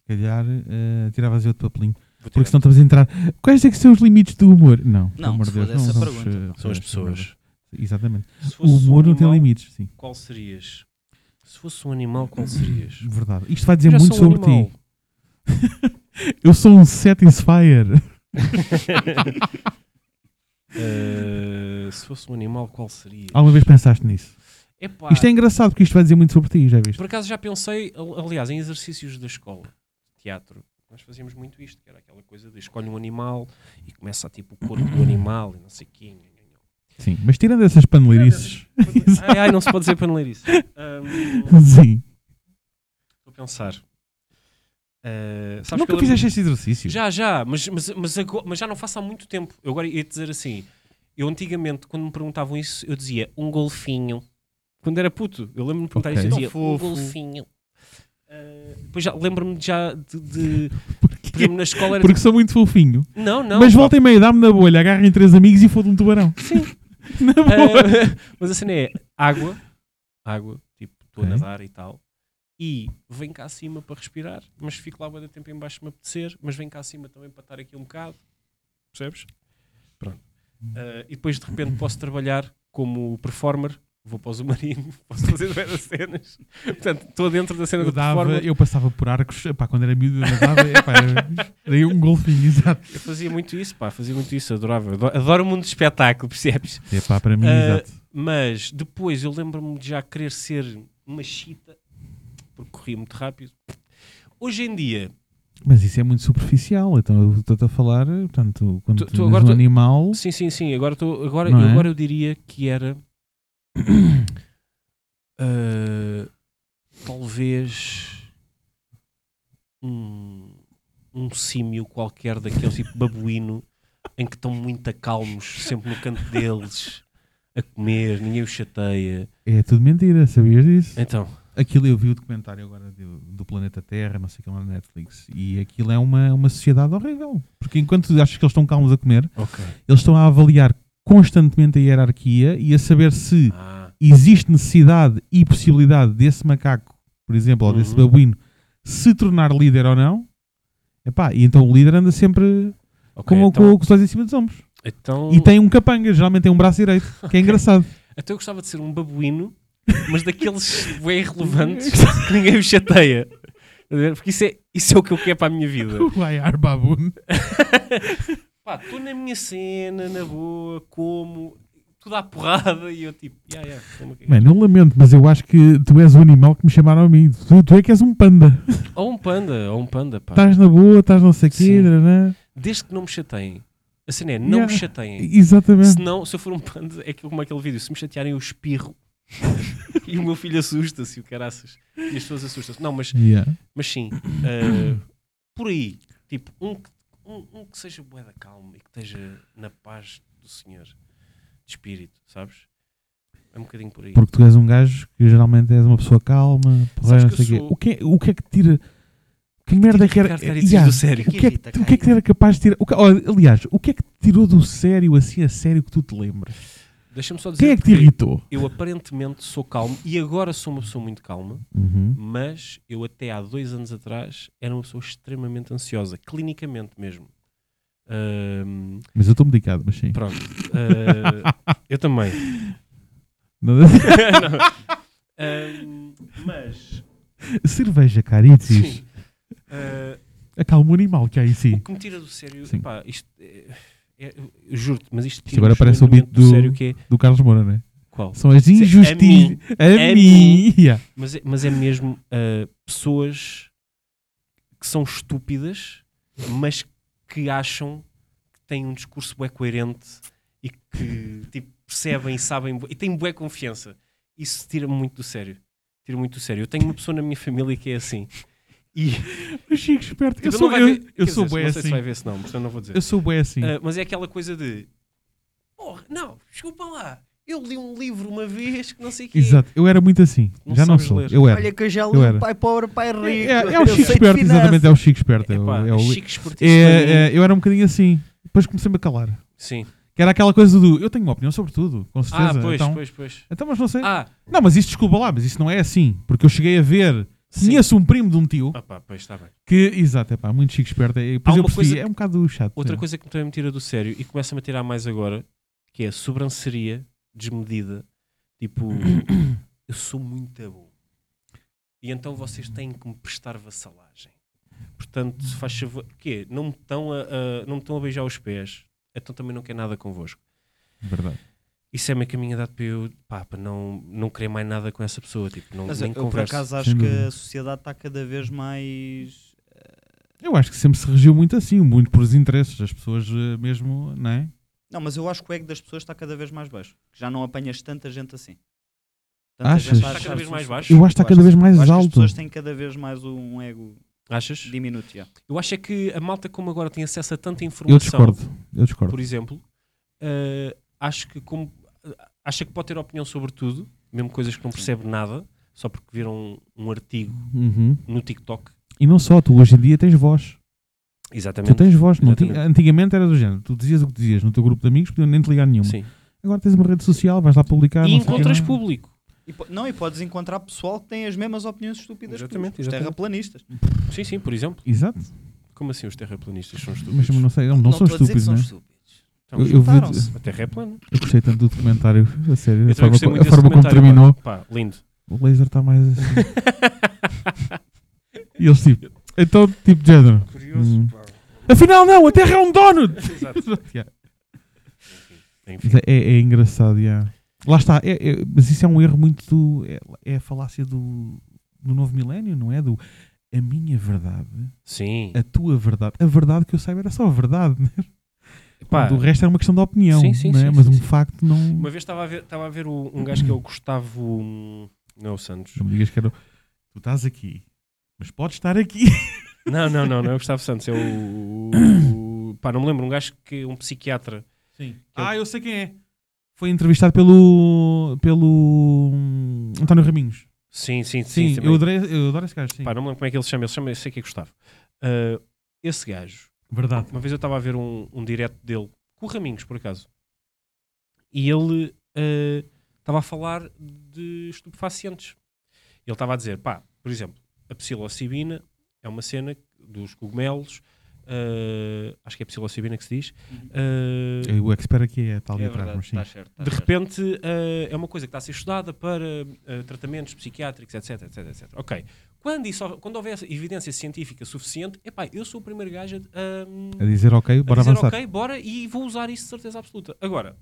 se calhar, ah, tiravas eu outro papelinho.
Vou
Porque
tirar.
senão estamos a entrar. Quais é que são os limites do humor? Não, pelo
Não,
amor de
se
Deus,
for essa
não
pergunta.
vamos, ah,
São as
fazer essa merda.
pessoas.
Exatamente.
Se
O
fosse um
humor não tem
animal,
limites, sim.
Qual serias? Se fosse um animal, qual serias?
Verdade. Isto vai dizer
Já
muito
sou um
sobre ti.
animal.
Eu sou um Satisfyer.
Eh, se fosse um animal, qual seria?
Alguma vez pensaste nisso?
Epá,
Isto é engraçado porque isto vai dizer muito sobre ti, já viste?
Por acaso já pensei, al- aliás, em exercícios da escola, teatro, nós fazíamos muito isto, que era aquela coisa de escolhe um animal e começa a tipo o corpo do animal e não sei o quê.
Sim. Mas tirando essas paneleirices.
Ai, ai, não se pode dizer para não ler isso. Ahm,
Sim.
Estou a pensar. Ah, sabes que
Nunca
eu lembro-
fizeste este exercício.
Já, já, mas, mas, mas, agora- mas já não faço há muito tempo. Eu agora ia dizer assim: eu antigamente, quando me perguntavam isso, eu dizia um golfinho. Quando era puto, eu lembro-me de perguntar
Ok.
isso, eu dizia
Tão
um
fofo."
golfinho. Ah, depois já lembro-me de já de. de
Porquê?
por exemplo, na escola era.
Porque sou muito fofinho.
tipo, não, não.
Mas volta e meia, dá-me na bolha, agarrem três amigos e foda um tubarão.
Sim.
Na
pá.
boa.
Ah, mas a cena é água, água, tipo, estou a
Ok.
nadar e tal. E vem cá acima para respirar, mas fico lá bué de tempo em baixo se me apetecer, mas vem cá acima também para estar aqui um bocado. Percebes? Pronto.
Hum.
Ah, e depois de repente posso trabalhar como performer, vou para o submarino, posso fazer várias cenas. Portanto, estou dentro da cena
Eu,
do
dava,
performer.
eu passava por arcos, epá, quando era miúdo, eu nadava, epá, era- era um golfinho, exato.
Eu fazia muito isso, pá, fazia muito isso, adorava. Adoro, adoro o mundo de espetáculo, percebes?
Epá, para mim,
Ah,
exato.
Mas depois eu lembro-me de já querer ser uma chita, porque corria muito rápido. Hoje em dia,
Mas isso é muito superficial, então eu estou-te a falar, portanto, quando
Tu-
tu,
tu agora
um
tu-
animal,
sim, sim, sim, agora, tô, agora,
Não é?
agora eu diria que era ah, talvez um, um símio qualquer daquele tipo babuíno em que estão muito calmos, sempre no canto deles, a comer, ninguém os chateia.
é tudo mentira, sabias disso?
Então,
Aquilo eu vi o documentário agora do, do Planeta Terra, não sei o que lá na Netflix, e aquilo é uma, uma sociedade horrível, porque enquanto achas que eles estão calmos a comer,
ok.
eles estão a avaliar constantemente a hierarquia e a saber se
Ah,
existe necessidade e possibilidade desse macaco, por exemplo, ou desse
Uhum.
babuíno, se tornar líder ou não, epá, e então o líder anda sempre
ok,
com, o-
então-
com, o- com os dois em cima dos ombros.
então-
E tem um capanga, geralmente tem um braço direito, que é engraçado.
Até eu gostava de ser um babuíno, mas daqueles bem irrelevantes que ninguém me chateia. Estás a ver? Porque isso é, isso é o que eu quero para a minha vida.
O Ayar Baboon.
Pá, estou na minha cena, na boa, como, tudo à porrada e eu tipo, ya, ya, toma aqui.
Mano, eu lamento, mas eu acho que tu és o animal que me chamaram a mim. Tu, tu é que és um panda.
Ou um panda, ou um panda, pá.
Estás na boa, estás não sei o quê. né,
Sim.
nananã.
Desde que não me chateiem. A cena é, não
Ya.
me chateiem.
Exatamente.
Se não, se eu for um panda, é aquilo como aquele vídeo, se me chatearem eu espirro e o meu filho assusta-se, o caraças. E as pessoas assustam-se. Não, mas,
Yeah.
mas sim, eh, por aí, tipo, um, que- um, um que seja bué da calma e que esteja na paz do Senhor, de espírito, sabes? É um bocadinho por aí.
Porque tu és um gajo que geralmente és uma pessoa calma, porreira, não
que eu
sei o quê.
sou-
O que, é, o que é que te tira. Que merda é que era.
Ricardo Caritas do sério.
O que é que,
Irrita,
o que, é que te
cara.
era capaz de tirar. o que- olha, aliás, o que é que te tirou do sério, assim a sério, que tu te lembras?
Deixa-me só dizer
Quem é que te
porque
irritou?
eu aparentemente sou calmo e agora sou uma pessoa muito calma, mas eu até há dois anos atrás era uma pessoa extremamente ansiosa, clinicamente mesmo. Ahm,
Mas eu estou medicado, mas sim.
pronto. Ah, eu também.
Não-
Ahm, mas,
Cerveja, caritis.
sim. Ah,
Acalma o animal que há em si.
o que me tira do sério,
Sim.
pá, isto é, é- eu juro-te, mas isto tira
agora parece o beat do-
sério que é
Do Carlos Moura, não é?
qual?
São as
mim.
injustiças. A mim.
A mim.
Yeah.
Mas é, mas é mesmo ah, pessoas que são estúpidas, mas que acham que têm um discurso bué coerente e que tipo, percebem e sabem bué- e têm bué confiança. Isso tira-me muito do sério. Tira muito do sério. Eu tenho uma pessoa na minha família que é assim. E tipo,
Mas Chico esperto. Eu
Ele
sou,
Tipo, não vai
eu,
ver-
eu
quer
sou
dizer,
bué
Não sei se
assim.
vai ver esse nome, portanto não vou dizer.
Eu sou bué assim.
Ah, mas é aquela coisa de porra, não, desculpa lá. Eu li um livro uma vez que não sei o quê.
Exato. Eu era muito assim.
Não
Já não
sabes
sou.
ler.
Eu era.
Olha que eu já
Eu
li
era.
o pai pobre, pai rico.
É, é o
eu sei
Chico
de
esperto,
finanças.
exatamente. É o Chico esperto. É, o-
Epá,
é o-
chique
é,
esportista para mim.
é, eu era um bocadinho assim. Depois comecei-me a calar.
Sim.
Que era aquela coisa do eu tenho uma opinião sobre tudo, com certeza.
Ah, pois,
então,
pois, pois.
então, mas não sei.
Ah,
Não, mas isso desculpa lá, mas isso não é assim. Porque eu cheguei a ver.
sim.
Conheço um primo de um tio
Ah pá, pois está bem.
que, exato, é pá, muito chique esperto. É, depois
Há
eu
uma
percebi,
coisa-
é um bocado chato.
Outra
é.
coisa que também me tira do sério e começa-me a tirar mais agora, que é a sobranceria desmedida. Tipo, eu sou muito bom. E então vocês têm que me prestar vassalagem. Portanto, se faz favor. Quê? Não me estão a, a- não me estão a beijar os pés. Então também não quer nada convosco.
Verdade.
Isso é meio caminho dado para eu, pá, para não, não querer mais nada com essa pessoa. Tipo, não,
Mas eu,
nem
eu, por
converso.
acaso
Sem
acho que
dúvida.
a sociedade está cada vez mais.
Eu acho que sempre se regiu muito assim, muito por os interesses das pessoas eh, mesmo, não é?
Não, mas eu acho que o ego das pessoas está cada vez mais baixo. que Já não apanhas tanta gente assim.
Achas?
gente a
Está
Está
achar
cada vez mais
absurdo.
baixo.
Eu acho que está
Eu
cada
acho
vez mais
Eu acho que as
alto.
pessoas têm cada vez mais um ego
Achas?
diminuto. já.
Eu acho é que a malta, como agora tem acesso a tanta informação,
Eu discordo. Eu discordo.
por exemplo, eh, acho que como acha que pode ter opinião sobre tudo, mesmo coisas que não percebe nada, só porque viram um, um artigo
Uhum.
no TikTok.
E não só, tu hoje em dia tens voz. Tu
Exatamente.
tens voz. Não ti-
Exatamente.
antigamente era do género. Tu dizias o que dizias no teu grupo de amigos, podiam nem te ligar nenhuma.
Sim.
Agora tens uma rede social, vais lá publicar.
E
não sei o quê,
encontras
não é?
público.
E po- não, e podes encontrar pessoal que tem as mesmas opiniões estúpidas
Exatamente,
que tu, os
exatamente.
terraplanistas.
Sim, sim, por exemplo.
Exato.
Como assim os terraplanistas são
Mas
estúpidos?
não sei, não, não são
estou a dizer que
estúpidos,
são
não é?
estúpidos.
Então,
Eu, eu vi-
Juntaram-se.
A Terra é plana.
eu gostei tanto do documentário, a sério.
Eu também
A forma,
gostei
co-
muito
a
desse
forma como
documentário,
terminou,
Pá, Pá, lindo.
o laser está mais assim. e eles tipo, então, tipo de género.
Curioso,
Hum. Afinal, não, a Terra é um donut!
Exato.
Yeah.
Enfim.
Mas é, é- é engraçado, yeah. Lá está, é- é- mas isso é um erro muito. É, é a falácia do, do novo milénio, não é? Do a minha verdade,
Sim.
a tua verdade. A verdade que eu saiba era só a verdade, né?
Pá,
Do resto era uma questão de opinião,
Sim, sim,
né?
sim,
mas
sim,
um
sim.
facto não.
Uma vez estava a ver, estava a ver o- um gajo que é o Gustavo. hum, Não, é o Santos.
Não me digas que era. Tu estás aqui, mas podes estar aqui.
Não, não, não, não é o Gustavo Santos, é o. o- Pá, não me lembro, um gajo que. um psiquiatra.
Ah, eu sei quem é. Foi entrevistado pelo. pelo. hum, António Raminhos.
Sim, sim, sim.
Sim,
também.
eu, adorei, eu adoro esse gajo, sim.
Pá, não me lembro como é que ele se chama, ele se chama, eu sei que é Gustavo. Ah, esse gajo,
Verdade.
uma vez eu estava a ver um, um direto dele, com o Raminhos, por acaso, e ele ah, estava a falar de estupefacientes. Ele estava a dizer, pá, por exemplo, a psilocibina é uma cena dos cogumelos, ah, acho que é psilocibina que se diz. ah,
Eu- O expert aqui é tal de
É
atrás,
verdade,
mas sim.
está certo. tá
de
certo.
repente eh, é uma coisa que está a ser estudada para eh, tratamentos psiquiátricos, etc, etc, etc. Ok. Quando, isso, quando houver evidência científica suficiente, epá, eu sou o primeiro gajo a, hum,
A dizer ok,
a
bora
dizer
avançar.
ok, bora, e vou usar isso de certeza absoluta. Agora,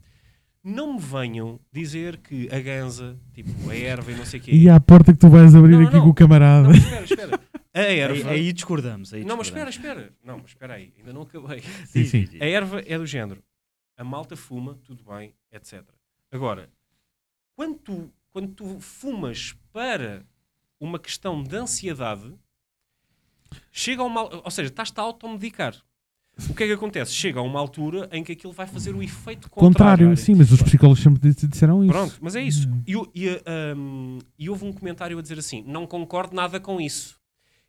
não me venham dizer que a ganza, tipo a erva e não sei o quê...
E à porta que tu vais abrir
Não, não,
aqui
não.
com o camarada.
Não, mas espera, espera. A
Aí,
erva...
aí discordamos. Aí
não, mas espera,
discordamos.
espera. Não, mas espera aí, ainda não acabei.
Sim, sim.
A erva é do género. A malta fuma, tudo bem, etc. Agora, quando tu, quando quando tu fumas para uma questão de ansiedade, chega a uma. al- Ou seja, estás-te a automedicar. O que é que acontece? Chega a uma altura em que aquilo vai fazer o efeito contrário.
Contrário, sim, mas os psicólogos sempre di- disseram isso.
Pronto, mas é isso. E, o- e, ah, hum, e houve um comentário a dizer assim: não concordo nada com isso.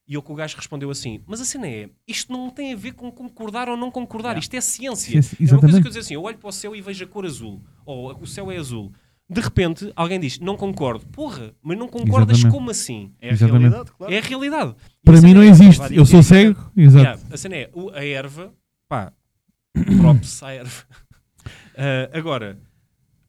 E o que o gajo respondeu assim: mas a cena é, isto não tem a ver com concordar ou não concordar, isto é ciência.
Ciência,
é uma coisa
exatamente.
que eu dizer assim: eu olho para o céu e vejo a cor azul, ou o céu é azul. De repente, alguém diz: não concordo. Porra, mas não concordas
Exatamente.
como assim?
É a
Exatamente.
realidade, claro.
É a realidade. E a
Para
cena
mim não
é-
existe.
várias
Eu sou
ciências.
cego. Exato.
Yeah, a cena é, o- a erva, pá, props à erva. Ah, agora,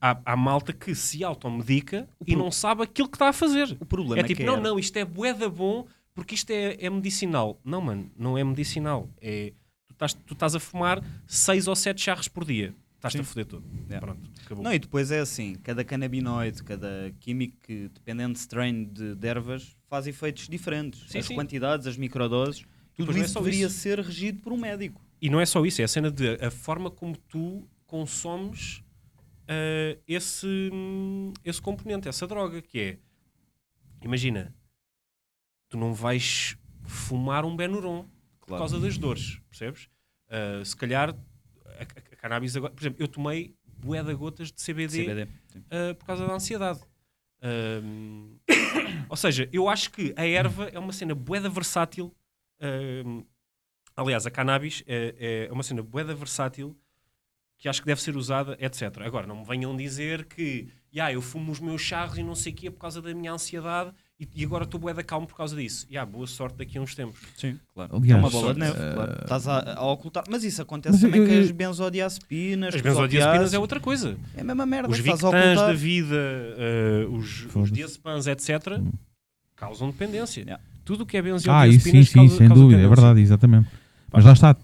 há, há malta que se automedica e não sabe aquilo que está a fazer.
O problema
É
é,
tipo,
que
não,
é-
não, isto é boeda bom porque isto é, é medicinal. Não, mano, não é medicinal. É, tu, estás, tu estás a fumar 6 ou 7 charros por dia. Estás-te a foder todo.
Yeah.
Pronto, acabou.
Não, e depois é assim, cada canabinoide, cada químico, que, dependendo de strain de, de ervas, faz efeitos diferentes.
Sim,
as
sim.
quantidades, as microdoses, tudo
depois não é
isso
só
deveria
isso.
ser regido por um médico.
E não é só isso, é a cena de a forma como tu consomes ah, esse, hum, esse componente, essa droga, que é imagina, tu não vais fumar um Benuron por
Claro.
causa das dores, percebes? Ah, se calhar a, a- a cannabis agora, por exemplo, eu tomei bué de gotas de CBD,
CBD. Sim.
ah, por causa da ansiedade. Ahm, ou seja, eu acho que a erva é uma cena boeda versátil. ahm, aliás, a cannabis é, é uma cena boeda versátil que acho que deve ser usada, etc. Agora, não me venham dizer que "Ya, eu fumo os meus charros e não sei o quê por causa da minha ansiedade e, e agora estou boeda calmo por causa disso. Ya, boa sorte daqui a uns tempos.
Sim, claro.
Aliás,
é uma bola de neve,
eh,
claro. Estás a, a ocultar. Mas isso acontece
Mas eu-
também
eu-
com as benzodiazepinas.
As
com os
benzodiazepinas
opiáceos.
é outra coisa.
É a mesma merda.
Os
Estás
Victans
a ocultar.
da vida, eh, os, os
Foda-se.
diazepans, etc.,
Hum.
causam dependência.
Yeah.
Tudo o que é
Ah,
benzodiazepinas
isso sim, sim,
causa,
sem
causa
dúvida, é
dependência.
verdade, exatamente. Mas lá está,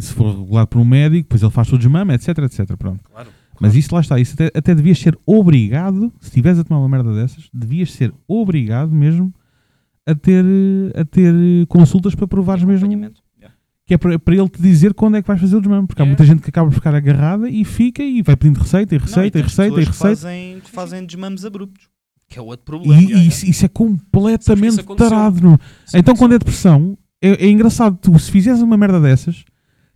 se for regulado por um médico, depois ele faz o desmame, etc, etc, pronto.
Claro.
Mas isso lá está, isso até, até devias ser obrigado, se tivesse a tomar uma merda dessas, devias ser obrigado mesmo a ter, eh, a ter eh, consultas para provares mesmo,
Acompanhamento. Yeah.
que é para, para ele te dizer quando é que vais fazer o desmame, porque há
É.
muita gente que acaba por ficar agarrada e fica e vai pedindo receita e
Não, e
receita e
tens
receita e
pessoas que
receita.
Fazem, que fazem desmames abruptos. Que é outro
E,
problema.
e isso, isso é completamente
Sabes que isso aconteceu?
tarado. Não? Então, quando é depressão, é, é engraçado. Tu, se fizeres uma merda dessas,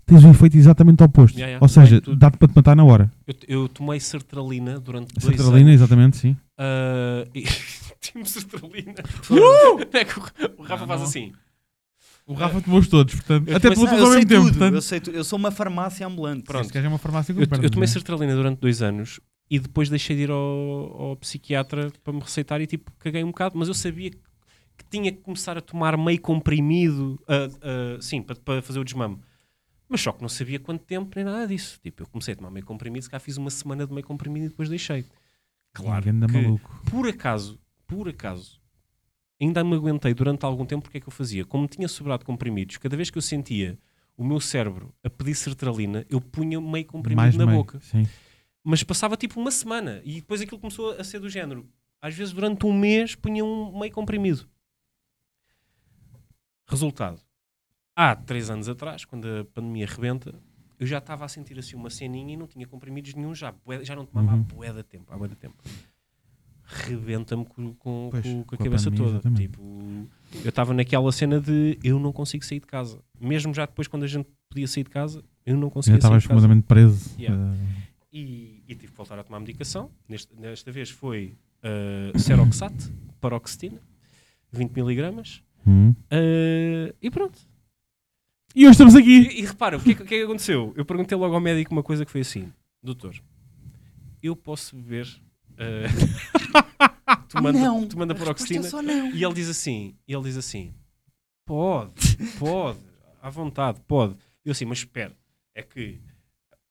tens um efeito exatamente oposto.
Yeah, yeah.
Ou seja,
Vai tudo.
dá-te para te matar na hora.
Eu, eu tomei sertralina durante dois
Sertralina,
anos.
exatamente, sim.
Ah, e... Tive sertralina.
Oh!
É que o, o Rafa
Não,
faz
não.
assim.
O Rafa tomou todos, portanto.
Eu
até
tomei-
pelo
Mas
Não,
ao
eu sei
mesmo tempo.
tudo.
Portanto,
Eu sei tudo. Eu sou uma farmácia ambulante.
Pronto.
Este gajo é uma farmácia que
Eu,
perde,
eu tomei
não é?
sertralina durante dois anos e depois deixei de ir ao, ao psiquiatra para me receitar e tipo caguei um bocado, mas eu sabia que que tinha que começar a tomar meio comprimido, ah, ah, sim, para, para fazer o desmame. Mas só que não sabia quanto tempo nem nada disso. Tipo, eu comecei a tomar meio comprimido, se cá fiz uma semana de meio comprimido e depois deixei. Claro
Ganda
que-
maluco.
por acaso, por acaso, ainda me aguentei durante algum tempo porque é que eu fazia. Como tinha sobrado comprimidos, cada vez que eu sentia o meu cérebro a pedir sertralina, eu punha meio comprimido
Mais
na
meio,
boca.
Sim.
Mas passava tipo uma semana e depois aquilo começou a ser do género. Às vezes durante um mês punha um meio comprimido. Resultado. Há três anos atrás, quando a pandemia rebenta, eu já estava a sentir assim uma ceninha e não tinha comprimidos nenhum, já, bué- já não tomava
Uhum.
a bué de tempo. Há bué de tempo. Rebenta-me com, com-
Pois,
com- com
com
a
a
cabeça
pandemia,
toda.
exatamente.
Tipo, eu estava naquela cena de eu não consigo sair de casa. Mesmo já depois, quando a gente podia sair de casa, eu não
Já
conseguia sair
estavas
de assim casa
completamente preso.
Yeah.
eh,
e, e tive que voltar a tomar medicação. Neste- nesta vez foi ah, Ceroxate, paroxetina, 20 miligramas.
hum.
Ah, e pronto.
E hoje estamos aqui.
E, e repara, o que, é que, o que é que aconteceu? Eu perguntei logo ao médico uma coisa que foi assim: Doutor, eu posso beber. ah, tomando,
Não,
tomando a paroxetina?
Resposta é só não.
E ele diz assim, e ele diz assim, pode, pode, à vontade, pode. Eu assim, mas espera, é que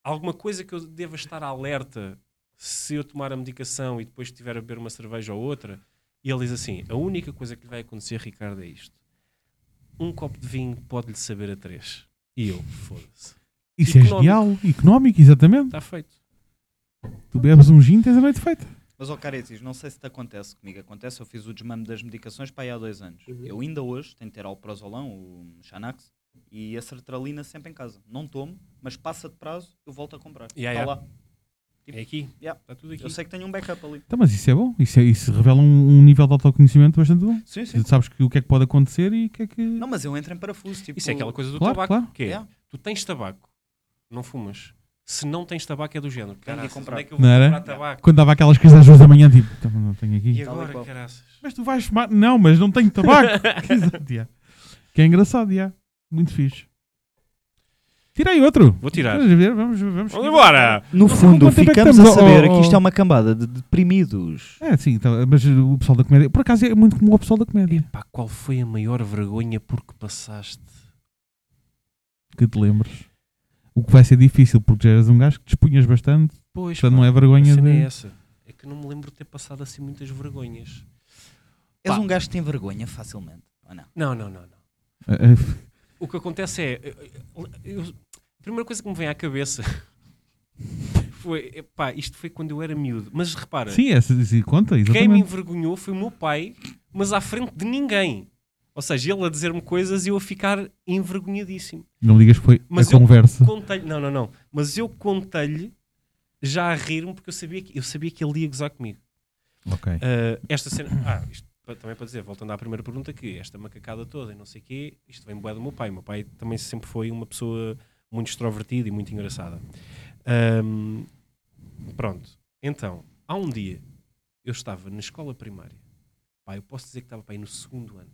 alguma coisa que eu deva estar alerta se eu tomar a medicação e depois estiver a beber uma cerveja ou outra, e ele diz assim, a única coisa que lhe vai acontecer, Ricardo, é isto. Um copo de vinho pode-lhe saber a três. E eu, foda-se.
Isso é
Económico.
genial. Económico, exatamente.
Está feito.
Tu bebes um gin, tens a noite feita.
Mas, ó Caretis, não sei se te acontece comigo. Acontece, eu fiz o desmame das medicações para aí há dois anos.
Uhum.
Eu ainda hoje tenho que ter alprazolão, o Xanax, e a sertralina sempre em casa. Não tomo, mas passa de prazo, eu volto a comprar.
Ya,
Tá
ya.
lá.
É aqui.
Yeah.
Está tudo aqui.
Eu sei que tenho um backup ali.
Então, mas isso é bom. Isso, é- isso revela um, um nível de autoconhecimento bastante bom.
Sim, sim.
Tu sabes que, o que é que pode acontecer e o que é que.
Não, mas eu entro em parafuso. Tipo,
Isso é aquela coisa do
Claro,
tabaco.
claro.
Que é,
Yeah.
tu tens tabaco, não fumas. Se não tens tabaco é do género.
que ir
Caraças,
comprar.
onde é que eu vou
Não era?
comprar tabaco?
Quando dava aquelas coisas às duas da manhã, tipo, "Então, não tenho aqui.
E é
Tal e
agora,
qual.
caraças?
Mas tu vais fumar? Não, mas não tenho tabaco. Exato, yeah. Que é engraçado, yeah. muito fixe. Tirei outro.
Vou tirar.
Vamos ver, vamos, vamos.
Vamos embora!
No
fundo,
fundo,
quanto tempo é que
ficamos a
estamos?
saber
Oh, oh,
que isto
oh.
é uma cambada de deprimidos.
É, sim, então, mas o pessoal da comédia. Por acaso é muito comum o pessoal da comédia.
Pá, qual foi a maior vergonha por que passaste?
Que te lembres. O que vai ser difícil, porque já eras um gajo que te expunhas bastante,
Pois,
portanto não é
a
vergonha
cena é
de.
essa. É que não me lembro de ter passado assim muitas vergonhas.
És
Pá.
um gajo que tem vergonha facilmente. Ou não?
Não, não, não. não.
É,
O que acontece é... eu- eu- a primeira coisa que me vem à cabeça foi... Pá, isto foi quando eu era miúdo. Mas repara,
é, Sim, é, se- se conta,
quem me
exatamente.
envergonhou foi o meu pai, mas à frente de ninguém. Ou seja, ele a dizer-me coisas e eu a ficar envergonhadíssimo.
Não me digas que foi
Mas
a
eu-
conversa.
contei não, não, não, mas eu contei-lhe já a rir-me porque eu sabia, que, eu sabia que ele ia gozar comigo.
Ok.
Ah, esta cena, ah, isto pa- também para dizer, voltando à primeira pergunta, que esta macacada toda e não sei o quê, isto vem bué do meu pai. O meu pai também sempre foi uma pessoa muito extrovertida e muito engraçada. Ahm, pronto, então, há um dia eu estava na escola primária, pá, eu posso dizer que estava pá, aí no segundo ano,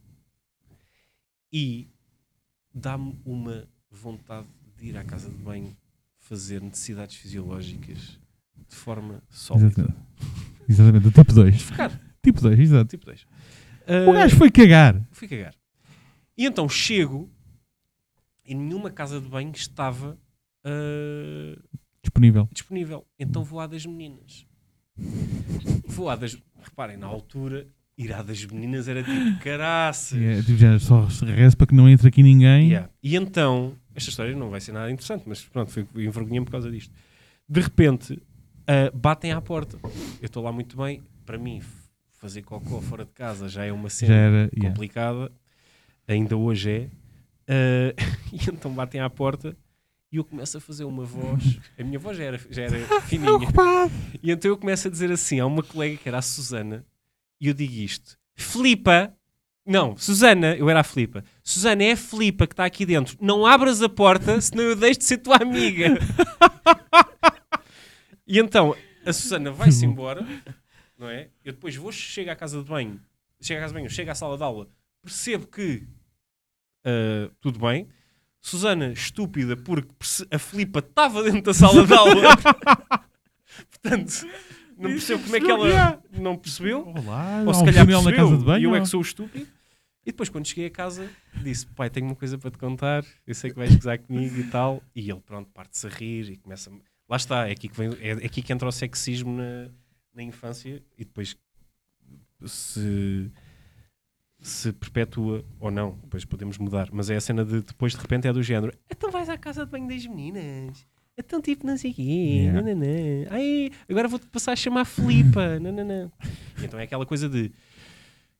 e dá-me uma vontade de ir à casa de banho fazer necessidades fisiológicas de forma sólida.
Exatamente. Exatamente, do tipo 2.
Cara,
Tipo 2, exato.
tipo 2.
O gajo foi cagar.
Fui cagar. E então chego e nenhuma casa de banho estava ah,
Disponível.
disponível. Então vou à das meninas. Vou à das. Reparem, na altura, ir à das meninas era tipo caraças.
É, tipo, já só reza para que não entre aqui ninguém.
Yeah. E então, esta história não vai ser nada interessante, mas pronto, fui envergonhei por causa disto. De repente, ah, batem à porta. Eu estou lá muito bem. Para mim, f- fazer cocô fora de casa já é uma cena.
Já era. yeah.
complicada, ainda hoje é. Ah, e então batem à porta e eu começo a fazer uma voz. A minha voz já era, já era fininha. E então eu começo a dizer assim: há uma colega que era a Susana, e eu digo isto: Flipa! Não, Susana, eu era a Flipa. Susana, é a Flipa que está aqui dentro. Não abras a porta, senão eu deixo de ser tua amiga. e então a Susana vai-se embora, não é? Eu depois vou, chego à casa de banho, chego à casa de banho, chego à sala de aula, percebo que ah, tudo bem. Susana, estúpida, porque perce- a Flipa estava dentro da sala de aula. Portanto, não percebo como é que ela não percebeu.
Olá,
Ou
há
se
um
calhar
funil na
percebeu,
casa de banho.
e eu é
ó.
que sou o estúpido. E depois, quando cheguei a casa, disse: Pai, tenho uma coisa para te contar. Eu sei que vais gozar comigo e tal. E ele, pronto, parte-se a rir e começa. Lá está, é aqui que, vem, é, é aqui que entra o sexismo na, na infância e depois se, se perpetua ou não. Depois podemos mudar. Mas é a cena de depois, de repente, é do género: Então vais à casa de banho das meninas. Então, tipo, não sei o quê.
Yeah.
nananã. Ai, agora vou-te passar a chamar Filipa. nananã." Então é aquela coisa de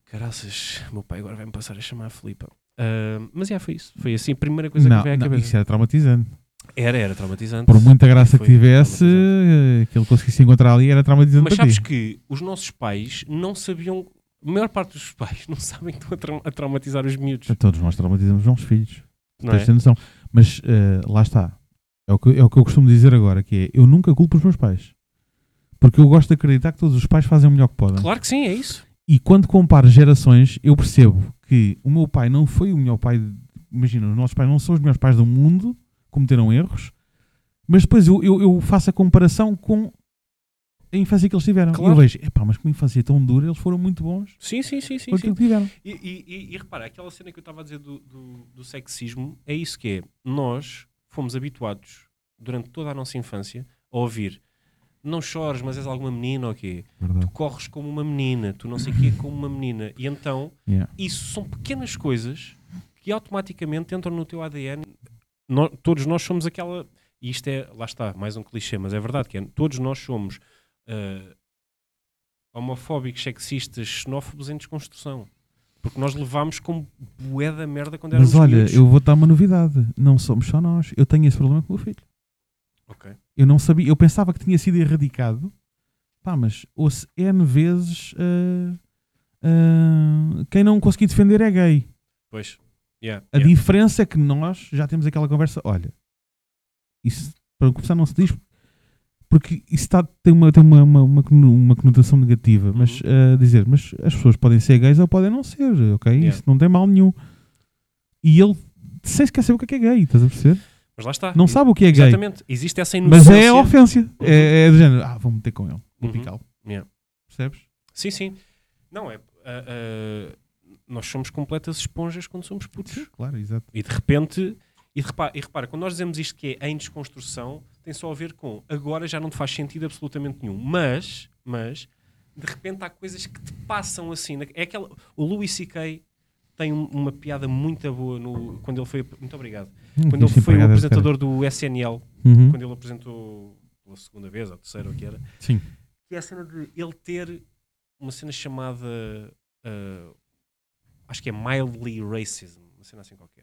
caraças, meu pai agora vai-me passar a chamar a Filipa. Ah, mas já foi isso. Foi assim a primeira coisa que me
Não,
veio à
não,
cabeça.
isso era traumatizante.
Era, era traumatizante.
Por muita graça que
Foi
tivesse,
traumatizante.
eh, que ele conseguisse encontrar ali, era traumatizante
Mas
para
sabes
ti.
que os nossos pais não sabiam, a maior parte dos pais não sabem que estão a, trau- a traumatizar os miúdos.
Então, Todos nós traumatizamos os nossos filhos.
Não
Tens
é?
de ter noção. Mas eh, lá está. É o, que, é o que eu costumo dizer agora, que é, eu nunca culpo os meus pais. Porque eu gosto de acreditar que todos os pais fazem o melhor que podem.
Claro que sim, é isso.
E quando comparo gerações, eu percebo que o meu pai não foi o melhor pai. de- Imagina, os nossos pais não são os melhores pais do mundo, cometeram erros, mas depois eu, eu, eu faço a comparação com a infância que eles tiveram. E
Claro.
eu vejo, epá, mas com uma infância tão dura, eles foram muito bons
Sim, sim, sim, sim.
com
sim.
aquilo que tiveram.
E, e, e- e repara, aquela cena que eu estava a dizer do, do, do sexismo é isso que é. Nós fomos habituados durante toda a nossa infância a ouvir não chores, mas és alguma menina ou quê?
Verdade.
corres como uma menina, tu não sei o quê como uma menina. E então,
Yeah.
isso são pequenas coisas que automaticamente entram no teu ADN. Nó- todos nós somos aquela. E isto é, lá está, mais um clichê, mas é verdade que é, todos nós somos ah, homofóbicos, sexistas, xenófobos em desconstrução. Porque nós levámos como bué da merda quando éramos
Mas olha,
miúdos.
eu vou dar uma novidade. Não somos só nós. Eu tenho esse problema com o meu filho.
Ok.
Eu não sabia, eu pensava que tinha sido erradicado, pá, mas ouço N vezes ah, ah, quem não conseguir defender é gay.
Pois. Yeah,
A
yeah.
diferença é que nós já temos aquela conversa, olha, isso para começar não se diz porque isso está- tem, uma, tem uma, uma, uma cono- uma conotação negativa, mas ah, dizer, mas as pessoas podem ser gays ou podem não ser, ok?
Uhum. Yeah.
Isso não tem mal nenhum. E ele sem sequer saber o que é que é gay, estás a perceber?
Mas lá está.
Não sabe o que é gay.
Ah, Exatamente. Existe essa
Mas
inocência.
é a ofensa. É, é do género. Ah, vou meter com ele. Vou
Uhum.
picá-lo.
Yeah.
Percebes?
Sim, sim. Não, é. ah, ah, nós somos completas esponjas quando somos putos.
Claro, exato.
E de repente. E repara, e repara, quando nós dizemos isto que é em desconstrução, tem só a ver com agora já não te faz sentido absolutamente nenhum. Mas, mas, de repente há coisas que te passam assim. na- É aquela, o Louis C.K. tem um- uma piada muito boa no, quando ele foi. Muito obrigado. Quando ele foi o apresentador do SNL,
Uhum.
quando ele apresentou pela segunda vez, ou terceira, ou o que era,
Sim.
que é a cena de ele ter uma cena chamada ah, acho que é mildly racism, uma cena assim qualquer.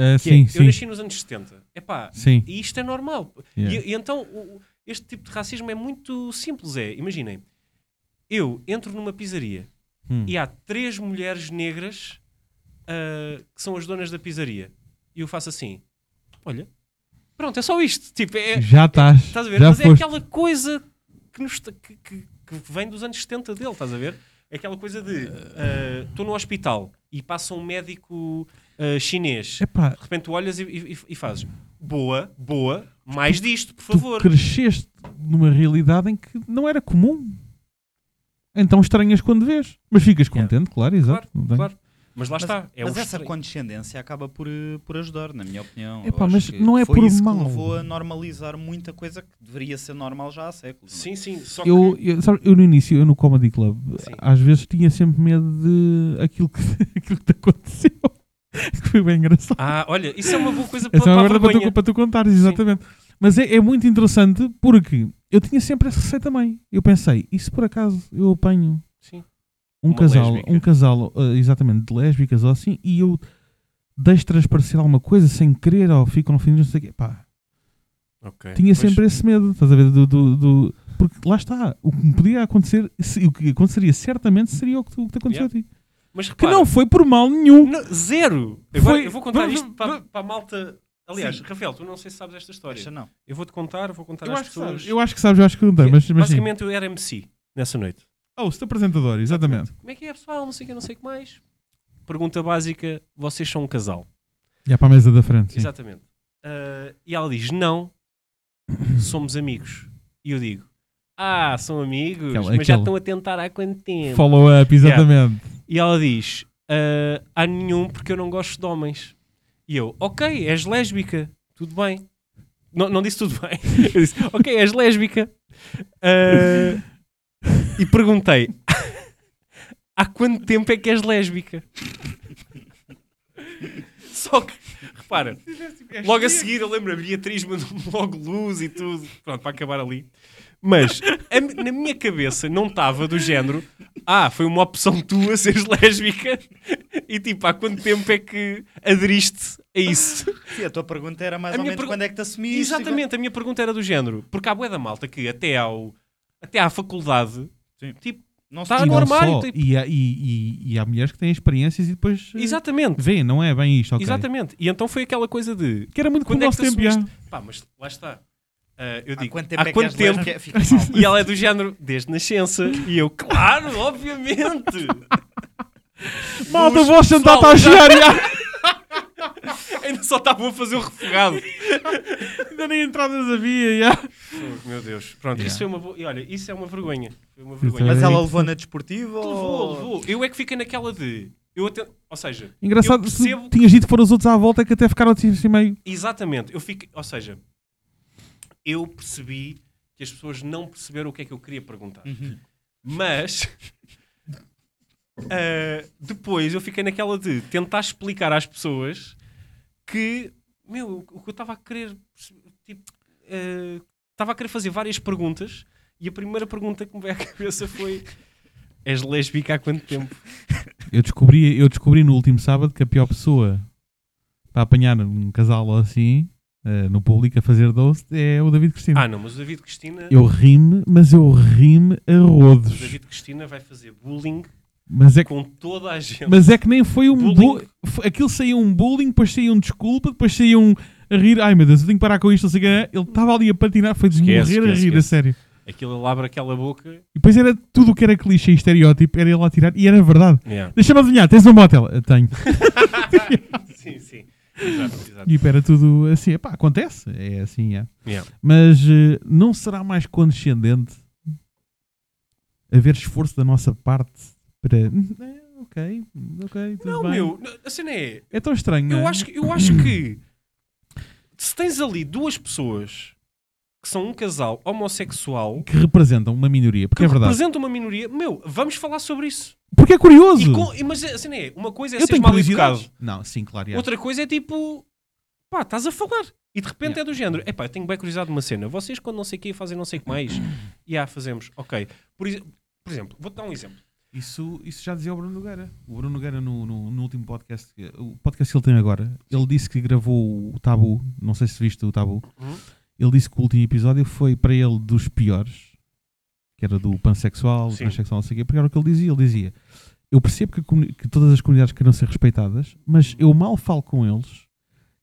Ah,
Que é,
sim,
Eu
sim.
nasci nos anos 70. Epá,
Sim.
e isto é normal.
Yeah.
E, e então o- o- este tipo de racismo é muito simples. É, imaginem, eu entro numa pizzaria
Hum.
e há três mulheres negras ah, que são as donas da pizzaria. E eu faço assim: olha, pronto, é só isto. Tipo, é,
Já estás.
Estás a ver?
Já
Mas é
foste.
aquela coisa que, nos- que- que- que vem dos anos 70 dele, estás a ver? É Aquela coisa de ah, estou no hospital e passa um médico ah, chinês.
Epá,
De repente tu olhas e, e- e fazes boa, boa, mais disto, por favor.
tu cresceste numa realidade em que não era comum. Então estranhas quando vês. Mas ficas
Yeah.
contente, claro, exato. Não é? tem-
Claro. Mas lá
Mas-
está. É
mas
o
essa
estranho.
condescendência acaba por, eh, por ajudar, na minha opinião. Eu
Epá,
acho
mas
que
não é
foi
por
isso
mal.
que levou a normalizar muita coisa que deveria ser normal já há séculos. não
Sim,
é?
sim. Só que
Eu, eu, sabe, eu no início, eu no Comedy Club,
Sim.
às vezes tinha sempre medo de aquilo que, aquilo que te aconteceu. que foi bem engraçado.
Ah, olha, isso é uma boa coisa para,
Essa é uma
para a
merda para tu,
vergonha.
para tu contares, exatamente. Mas é, é muito interessante porque eu tinha sempre essa receita também. Eu pensei, e se por acaso eu apanho
Sim.
um
Uma
casal,
lésbica.
um casal ah, exatamente de lésbicas ou assim, e eu deixo transparecer alguma coisa sem querer ou fico no fim de não sei o quê. Pá,
Ok,
tinha
É, pois.
sempre esse medo, estás a ver? Do, do- do- porque lá está, o que me podia acontecer, se- o que aconteceria certamente seria o que, tu- o que te aconteceu a ti.
Mas
Que
repara,
não foi por mal nenhum.
não- zero. Agora
Foi-
eu vou contar
Vamos-
isto para,
vamos-
para a malta. Aliás,
Sim.
Rafael, tu não sei se sabes esta história.
Deixa não.
Eu vou-te contar, vou contar
Eu
às
acho, que
pessoas.
sabes, eu acho que sabes, eu acho que não tem, mas, mas sim.
Basicamente eu era MC nessa noite.
Oh, o seu apresentador, exatamente.
Como é que é, pessoal? Não sei o que, não sei o que mais. Pergunta básica: vocês são um casal?
Já para a mesa da frente, sim.
Exatamente. Ah, e ela diz: não, somos amigos. E eu digo: ah, são amigos,
Aquela-
mas já
aquele-
estão a tentar há quanto tempo?
Follow-up, exatamente.
E ela diz: ah, há nenhum porque eu não gosto de homens. E eu: ok, és lésbica, tudo bem. Não, não disse tudo bem. Eu disse: ok, és lésbica. Ah, e perguntei: há quanto tempo é que és lésbica? Só que, repara, logo a seguir eu lembro, a Beatriz mandou-me logo luz e tudo, pronto, para acabar ali. Mas a mi- na minha cabeça não estava do género, ah, foi uma opção tua seres lésbica e tipo, há quanto tempo é que aderiste a isso?
Sim, a tua pergunta era mais
A
ou
minha
menos
pergu-
quando é que te assumiste?
Exatamente, a minha pergunta era do género, porque há bué da malta que até ao até à faculdade,
Sim.
tipo,
Não se
Tá
E
no
não
armário,
só,
tipo-
e, há, e, e- e há mulheres que têm experiências e depois eh,
exatamente,
vêem, não é bem isto, ok?
exatamente. E então foi aquela coisa de,
Que era muito
quando
como
é
o
que
nosso
tu
tempo já.
assumiste? Pá, mas lá está. Ah, eu
Há
digo,
quanto tempo é
há quanto
que és
tempo
lésbica? Fica mal.
E ela é do género, desde nascença. E eu, claro, obviamente.
Malta,
Os
vou sentar
pessoal
está a chegar já.
Ainda só estavam a fazer o refogado.
Ainda nem entradas havia, já.
Oh, meu Deus. Pronto,
Yeah.
isso foi uma boa... E olha, isso é uma vergonha. Foi uma vergonha.
Mas
Mas
Era ela
ela
isso. é
levou na desportiva?
Levou, levou. Eu é que fiquei naquela de... Eu até... Ou seja,
Engraçado,
Eu
se
percebo-
tinhas dito que foram os outros à volta que até ficaram assim assim meio...
exatamente. Eu fiquei... Ou seja, eu percebi que as pessoas não perceberam o que é que eu queria perguntar. Mas... ah, depois eu fiquei naquela de tentar explicar às pessoas que, meu, o que eu estava a querer, tipo, eh, estava a querer fazer várias perguntas e a primeira pergunta que me veio à cabeça foi: És lésbica há quanto tempo?
Eu descobri, eu descobri no último sábado que a pior pessoa para apanhar um casal ou assim eh, no público a fazer doce é o David Cristina.
Ah, não, mas o David Cristina.
Eu rime, mas eu rime a
O
rodos.
David Cristina vai fazer bullying
Mas é, que,
com toda a gente.
mas é que nem foi um
Bullying.
bullying. Aquilo saiu um bullying, depois saiu um desculpa, depois saiu um a rir. Ai meu Deus, eu tenho que parar com isto. não sei o quê. Ele estava ali a patinar, foi de morrer
Esquece,
a rir,
esquece,
a
esquece.
sério.
Aquilo ele abre aquela boca.
E depois era tudo o que era clichê e estereótipo, era ele a tirar, e era verdade.
Yeah.
Deixa-me adivinhar, tens um motel? "Ah, Tenho.
sim, sim. Exato, exato.
E era tudo assim, epá, acontece, é assim, é.
Yeah.
Mas eh, não será mais condescendente haver esforço da nossa parte para... "Eh, Ok, ok, tudo
Não,
bem."
meu, n- a cena é.
É tão estranho, não
Eu
é?
acho, que- eu acho que se tens ali duas pessoas que são um casal homossexual
Que representam uma minoria, porque
que
é verdade.
representam uma minoria, meu, vamos falar sobre isso.
Porque é
E
curioso.
com- e- mas a cena é, uma coisa é
Eu
ser
tenho
mal educado,
curiosidade. Não, sim, claro. é.
outra coisa é tipo, pá, estás a falar. E de repente é do género, epá, eu tenho bem curiosidade de uma cena, vocês quando não sei o que fazem não sei o que mais, e ah, fazemos, ok. Por, exe- por exemplo, vou-te dar um exemplo.
Isso, isso já dizia o Bruno Nogueira. O Bruno Nogueira, no, no, no último podcast, que- o podcast que ele tem agora, ele disse que gravou o Tabu. Não sei se viste o Tabu.
Uhum.
Ele disse que o último episódio foi para ele dos piores, que era do pansexual, do
Sim.
transexual, não sei o quê, porque era o que ele dizia. Ele dizia: Eu percebo que, a comuni- que todas as comunidades queiram ser respeitadas, mas eu mal falo com eles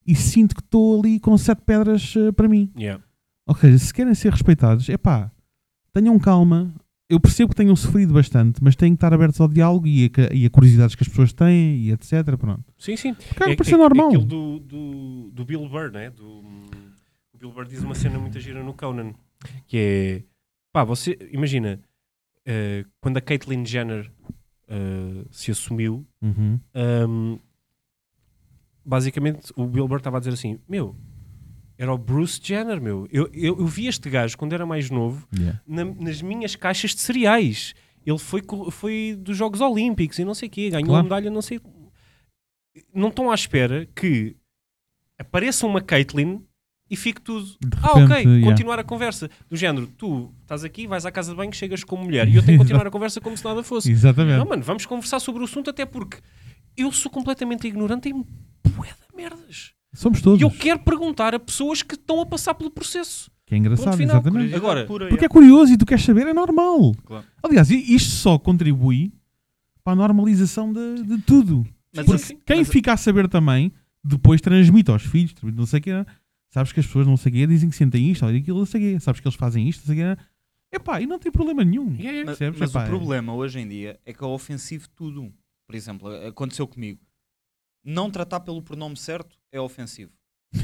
e sinto que estou ali com sete pedras eh, para mim.
Yeah.
Ou seja, se querem ser respeitados, é pá, tenham calma. Eu percebo que tenham sofrido bastante, mas têm que estar abertos ao diálogo e a, ca- e a curiosidades que as pessoas têm e etc. Pronto.
Sim, sim.
Porque é, por ser normal.
Aquilo do, do, do Bill Burr, né? Do, o Bill Burr diz uma cena muito gira no Conan, que é, pá, você, imagina, eh, quando a Caitlyn Jenner eh, se assumiu,
Uhum.
Ahm, basicamente, o Bill Burr estava a dizer assim: Meu, era o Bruce Jenner, meu. Eu, eu, eu vi este gajo quando era mais novo
Yeah.
na- nas minhas caixas de cereais. Ele foi, co- foi dos Jogos Olímpicos e não sei o quê, ganhou
Claro.
uma medalha, não sei. Não estão à espera que apareça uma Caitlyn e fique tudo.
De
Ah, ok,
repente, yeah.
continuar a conversa. Do género, tu estás aqui, vais à casa de banho, chegas com mulher e eu tenho que continuar a conversa como se nada fosse.
Exatamente.
Não, mano, vamos conversar sobre o assunto, até porque eu sou completamente ignorante em bué de merdas.
Somos todos.
E eu quero perguntar a pessoas que estão a passar pelo processo.
Que é engraçado,
Ponto final,
exatamente.
curiosidade. Agora,
pura,
Porque
é.
é curioso e tu queres saber, é normal.
Claro.
Aliás, i- isto só contribui para a normalização de, de tudo.
Mas
Porque
assim,
quem
mas-
fica a saber também, depois transmite aos filhos, transmite não sei o que Sabes que as pessoas não sei o quê, dizem que sentem isto, olha aquilo, não sei o quê. Sabes que eles fazem isto, não sei o quê. né? Epá, e não tem problema nenhum.
Yeah, yeah.
Mas,
Percebes?
mas
Epá, é.
o problema hoje em dia é que é ofensivo tudo. Por exemplo, a- aconteceu comigo. Não tratar pelo pronome certo é ofensivo.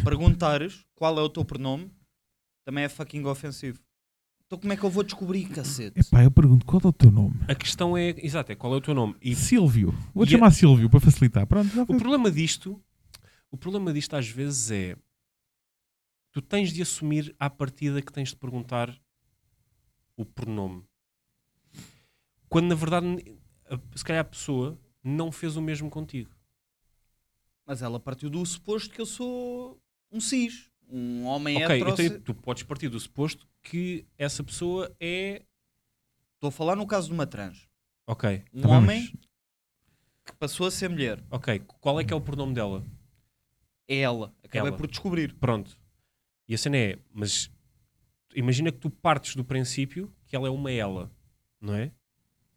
Perguntares qual é o teu pronome também é fucking ofensivo. Então como é que eu vou descobrir, cacete?
Epá, eu pergunto, qual é o teu nome?
A questão é, exato, é qual é o teu nome. E
Silvio. Vou-te
E a-
chamar Silvio para facilitar. Pronto, já
o
foi.
problema disto, o problema disto às vezes é tu tens de assumir à partida que tens de perguntar o pronome. Quando na verdade, a- se calhar a pessoa não fez o mesmo contigo.
Mas ela partiu do suposto que eu sou um cis. Um homem
Ok,
hétero.
então tu
Estou
podes partir do suposto que essa pessoa é.
a falar no caso de uma trans.
Ok,
Um
Tá bem,
homem
mas-
que passou a ser mulher.
ok. Qual é que é o pronome dela?
É ela. Acabei
Ela.
por descobrir.
Pronto. E a cena é, mas imagina que tu partes do princípio que ela é uma ela, não é?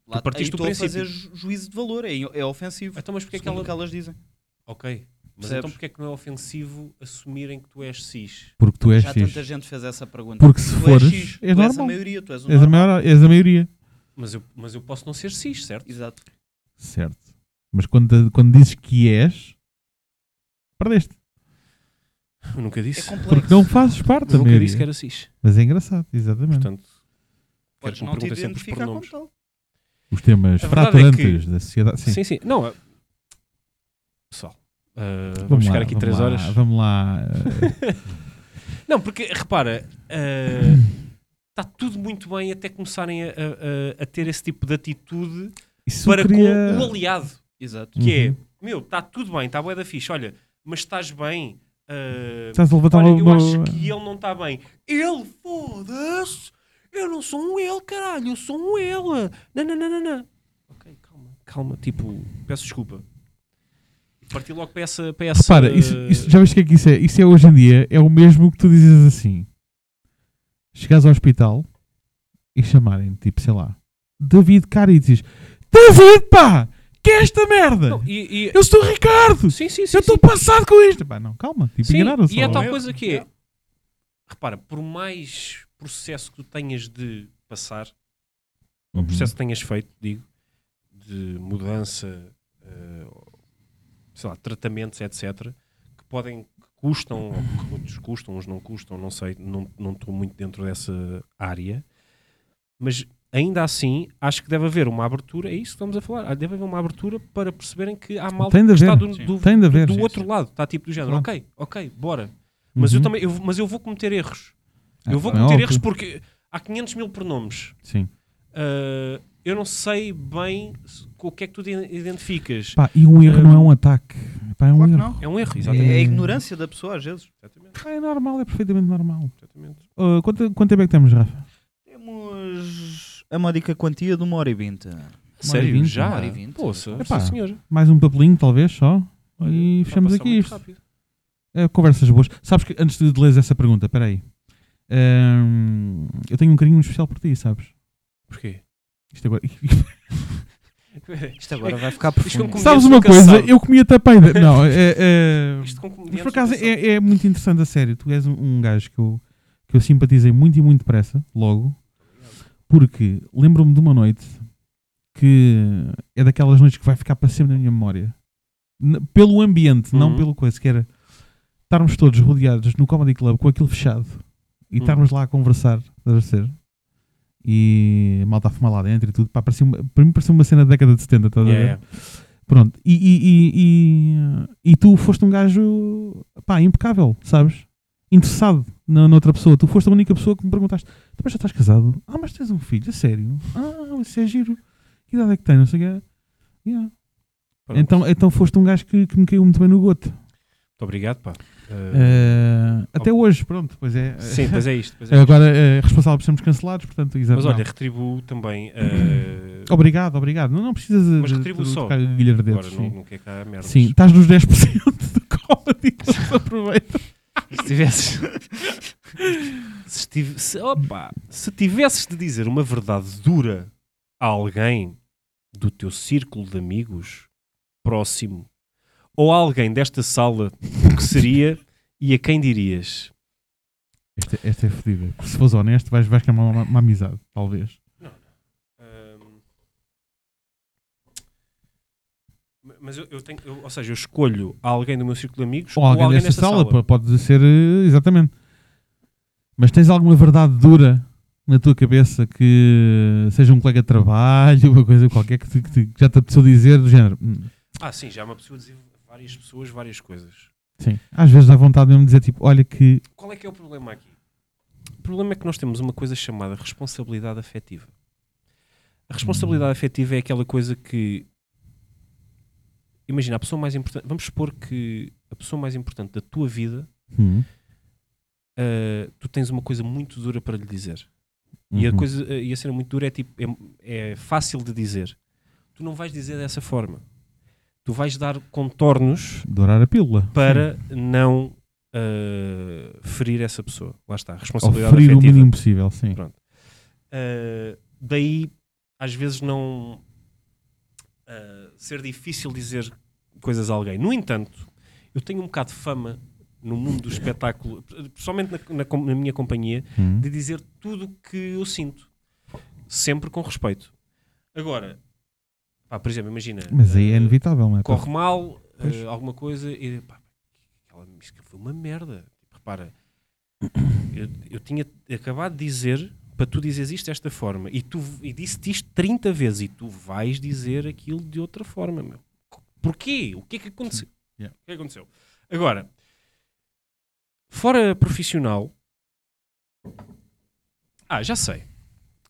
Lá,
partiste
aí
do
estou a
princípio.
fazer ju- juízo de valor. É, é ofensivo.
Então, mas porque é que
segundo
ela.
o que elas dizem.
Ok. Mas
Percebes?
então porque é que não é ofensivo assumirem que tu és cis?
Porque tu és
Já
X.
tanta gente fez essa pergunta.
É Porque se
tu
fores,
és X,
é
tu és a
normal.
maioria, tu és o
És a,
normal.
maior, és a maioria.
Mas eu, mas eu posso não ser cis, certo?
Exato.
Certo. Mas quando, quando dizes que és, perdeste.
Eu nunca
É
disse.
complexo.
Porque não fazes parte da
Eu nunca disse
maioria.
que era cis.
Mas é engraçado, exatamente.
Portanto,
Podes
quero
não
perguntar
te
sempre os
identificar como
pronomes.
tal.
Os temas
A verdade é
fraturantes da sociedade. Sim.
sim, sim. Não, é- pessoal, ah, vamos,
Vamos,
ficar
lá,
aqui
vamos
3
lá,
horas.
Vamos lá. eh,
Não, porque repara, está tudo muito bem até começarem a, a- a- a ter esse tipo de atitude
isso eu
para
queria-
com o aliado,
Exato.
que
Uhum.
é meu, está tudo bem, está bué da fixe, olha, mas estás bem. ah,
Estás a levantar
olha,
uma-
eu
uma-
acho que ele não está bem. Ele, foda-se! Eu não sou um ele, caralho, eu sou um ela. Não, não, não, não, não. Ok, calma, calma, tipo, peço desculpa. Parti logo para essa. Para essa
Repara, isso, isso- já viste o que é que isso é? Isso é hoje em dia, é o mesmo que tu dizes assim: chegares ao hospital e chamarem tipo, sei lá, David Cara e dizes: David, pá, que é esta merda?
Não, e- e-
Eu sou o Ricardo,
Sim, sim, sim.
eu estou passado com isto. Pá, não, calma, tipo,
Sim,
enganaram-se.
e é
ó.
tal coisa que é. Repara, por mais processo que tu tenhas de passar,
Uhum.
processo que tenhas feito, digo, de mudança, eh, sei lá, tratamentos, etc., que podem, que custam, ou que outros custam, uns não custam, não sei, não não estou muito dentro dessa área, mas ainda assim acho que deve haver uma abertura, é isso que estamos a falar, Ah, deve haver uma abertura para perceberem que há malta
Tem de
que está
haver,
do,
sim.
do-
Tem de haver.
do outro lado, está tipo do género, ok, ok, bora. Mas eu
Uhum.
também, eu, mas eu vou cometer erros.
Ah,
eu vou
como é
cometer
óbvio.
erros porque há 500 mil pronomes.
Sim.
Ah, eu não sei bem se- com o que é que tu iden- identificas.
Pá, e um erro não é um ataque. Pá, é um
Claro que
erro.
não.
É um erro, exatamente.
É a ignorância da pessoa, às vezes.
Exatamente,
Pá, é normal, é perfeitamente normal.
exatamente.
Ah, quanto, quanto tempo é que temos, Rafa?
Temos a módica quantia de uma hora e vinte.
Sério,
vinte,
já?
uma hora e vinte.
Poça,
Epá,
sim, senhor.
Mais um papelinho, talvez, só.
Olha, está
e
a
fechamos
passar
aqui
muito
isto.
rápido.
É, conversas boas. Sabes que antes de de leres essa pergunta, peraí. Ahm, eu tenho um carinho muito especial por ti, sabes?
Porquê?
Isto agora.
Isto
é
agora vai ficar profundo.
Comediantes
sabes uma
nunca
coisa?
sabem.
Eu comia tapeida. Não, é. é-
Isto com
Mas
comediantes
por acaso
nunca sabe.
é, é muito interessante, a sério. Tu és um, um gajo que eu, que eu simpatizei muito e muito depressa, logo. Porque lembro-me de uma noite que é daquelas noites que vai ficar para sempre na minha memória. N- pelo ambiente, não
Uhum.
pelo coisa, que era estarmos todos rodeados no Comedy Club com aquilo fechado e
Uhum.
estarmos lá a conversar, estás a ser? E a malta a fumar lá dentro e tudo. Pá, parecia uma, para mim parecia uma cena da década de 70, estás
É.
a ver?
Yeah, yeah.
Pronto, e, e, e, e, e tu foste um gajo pá, impecável, sabes? Interessado na, noutra pessoa. Tu foste a única pessoa que me perguntaste: "Tu, mas já estás casado? Ah, mas tens um filho, a sério? Ah, isso é giro. Que idade é que tens? Não sei o quê. Yeah.
Pronto.
Então, então foste um gajo que, que me caiu muito bem no goto.
Muito
é-
obrigado, pá. Ah,
Eh, até hoje, pronto, pois é.
Sim, pois é isto. Pois é isto.
Agora é responsável por sermos cancelados, portanto, exato.
Mas olha,
não.
retribuo também. ah,
Obrigado, obrigado. Não, não precisas de-
Mas
de-
retribui
de
só.
tocar o Guilherme
agora
Dedos,
não, é
sim.
não quer cá merda.
Sim, estás nos 10% do comedy,
Tipo,
então aproveita.
Se tivesses. se, tive- se- opa, se tivesses de dizer uma verdade dura a alguém do teu círculo de amigos próximo ou a alguém desta sala, o que seria e a quem dirias?
Esta, esta é fodida. Porque se fores honesto, vais, vais queimar uma, uma amizade, talvez.
Mas eu, eu tenho, eu- ou seja, eu escolho alguém do meu círculo de amigos
Ou alguém desta sala, po- pode ser eh, exatamente. Mas tens alguma verdade dura na tua cabeça que seja um colega de trabalho, uma coisa qualquer que, te- que te- que já te apeteceu dizer, do género. "Hum,
Ah, sim, já me apeteceu dizer várias pessoas, várias coisas.
Sim. Às vezes dá vontade mesmo de dizer tipo, olha que.
Qual é que é o problema aqui? O problema é que nós temos uma coisa chamada responsabilidade afetiva. A
Hum.
responsabilidade afetiva é aquela coisa que. Imagina, a pessoa mais importante. Vamos supor que a pessoa mais importante da tua vida.
hum,
ah, tu tens uma coisa muito dura para lhe dizer. E, a
uhum,
coisa, ah, e a cena muito dura é, tipo, é, é fácil de dizer. Tu não vais dizer dessa forma. Tu vais dar contornos
Dourar a pílula.
para não ah, ferir essa pessoa. Lá está.
Ou
Responsabilidade
ferir o
afetiva.
mínimo possível, sim.
Pronto. Uh, daí, às vezes, não uh, ser difícil dizer coisas a alguém. No entanto, eu tenho um bocado de fama no mundo do espetáculo, principalmente na, na com- na minha companhia,
Hum.
de dizer tudo o que eu sinto, sempre com respeito. Agora, pá, por exemplo, imagina,
Mas aí é
uh,
inevitável, não é?
corre mal,
Pois.
eh, alguma coisa, e pá, ela me escreveu uma merda. Tipo, Repara, eu, eu tinha acabado de dizer para tu dizeres isto desta forma e tu e disse-te isto 30 vezes e tu vais dizer aquilo de outra forma, meu. Porquê? O que é que aconteceu?
Yeah.
O que é que aconteceu? Agora, fora profissional, ah, já sei.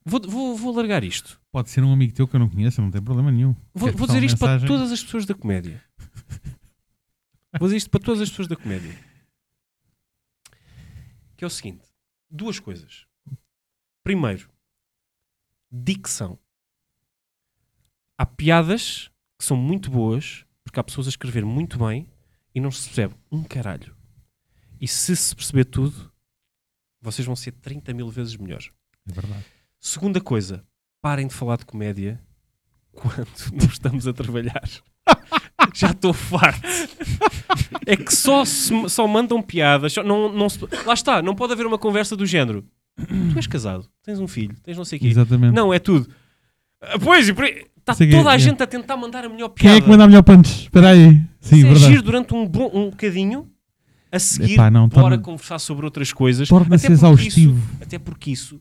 Vou, vou, vou largar isto.
Pode ser um amigo teu que eu não conheço, não tem problema nenhum.
Vou,
Queres
vou dizer
passar uma
isto para
mensagem?
todas as pessoas da comédia. Vou dizer isto para todas as pessoas da comédia. Que é o seguinte: duas coisas. Primeiro, dicção. Há piadas que são muito boas, porque porque há pessoas a escrever muito bem e não se percebe um caralho. E se se perceber tudo, vocês vão ser 30 mil vezes melhores.
É verdade.
Segunda coisa, parem de falar de comédia quando não estamos a trabalhar. Já estou farto. É que só, se- só mandam piadas. só- não, não se- lá está, não pode haver uma conversa do género. Tu és casado, tens um filho, tens não sei o quê.
Exatamente.
Não, é tudo. Ah, Pois, e por aí- está
Sei que-
toda a
é.
gente a tentar mandar a melhor
Quem
piada.
é que manda a melhor punch? Espera aí. Sim,
Se
verdade.
agir durante um, bom, um bocadinho, a seguir,
Epá, não, tá
bora
torna-
conversar sobre outras coisas.
Torna-se
Até porque
exaustivo.
isso- Até porque isso,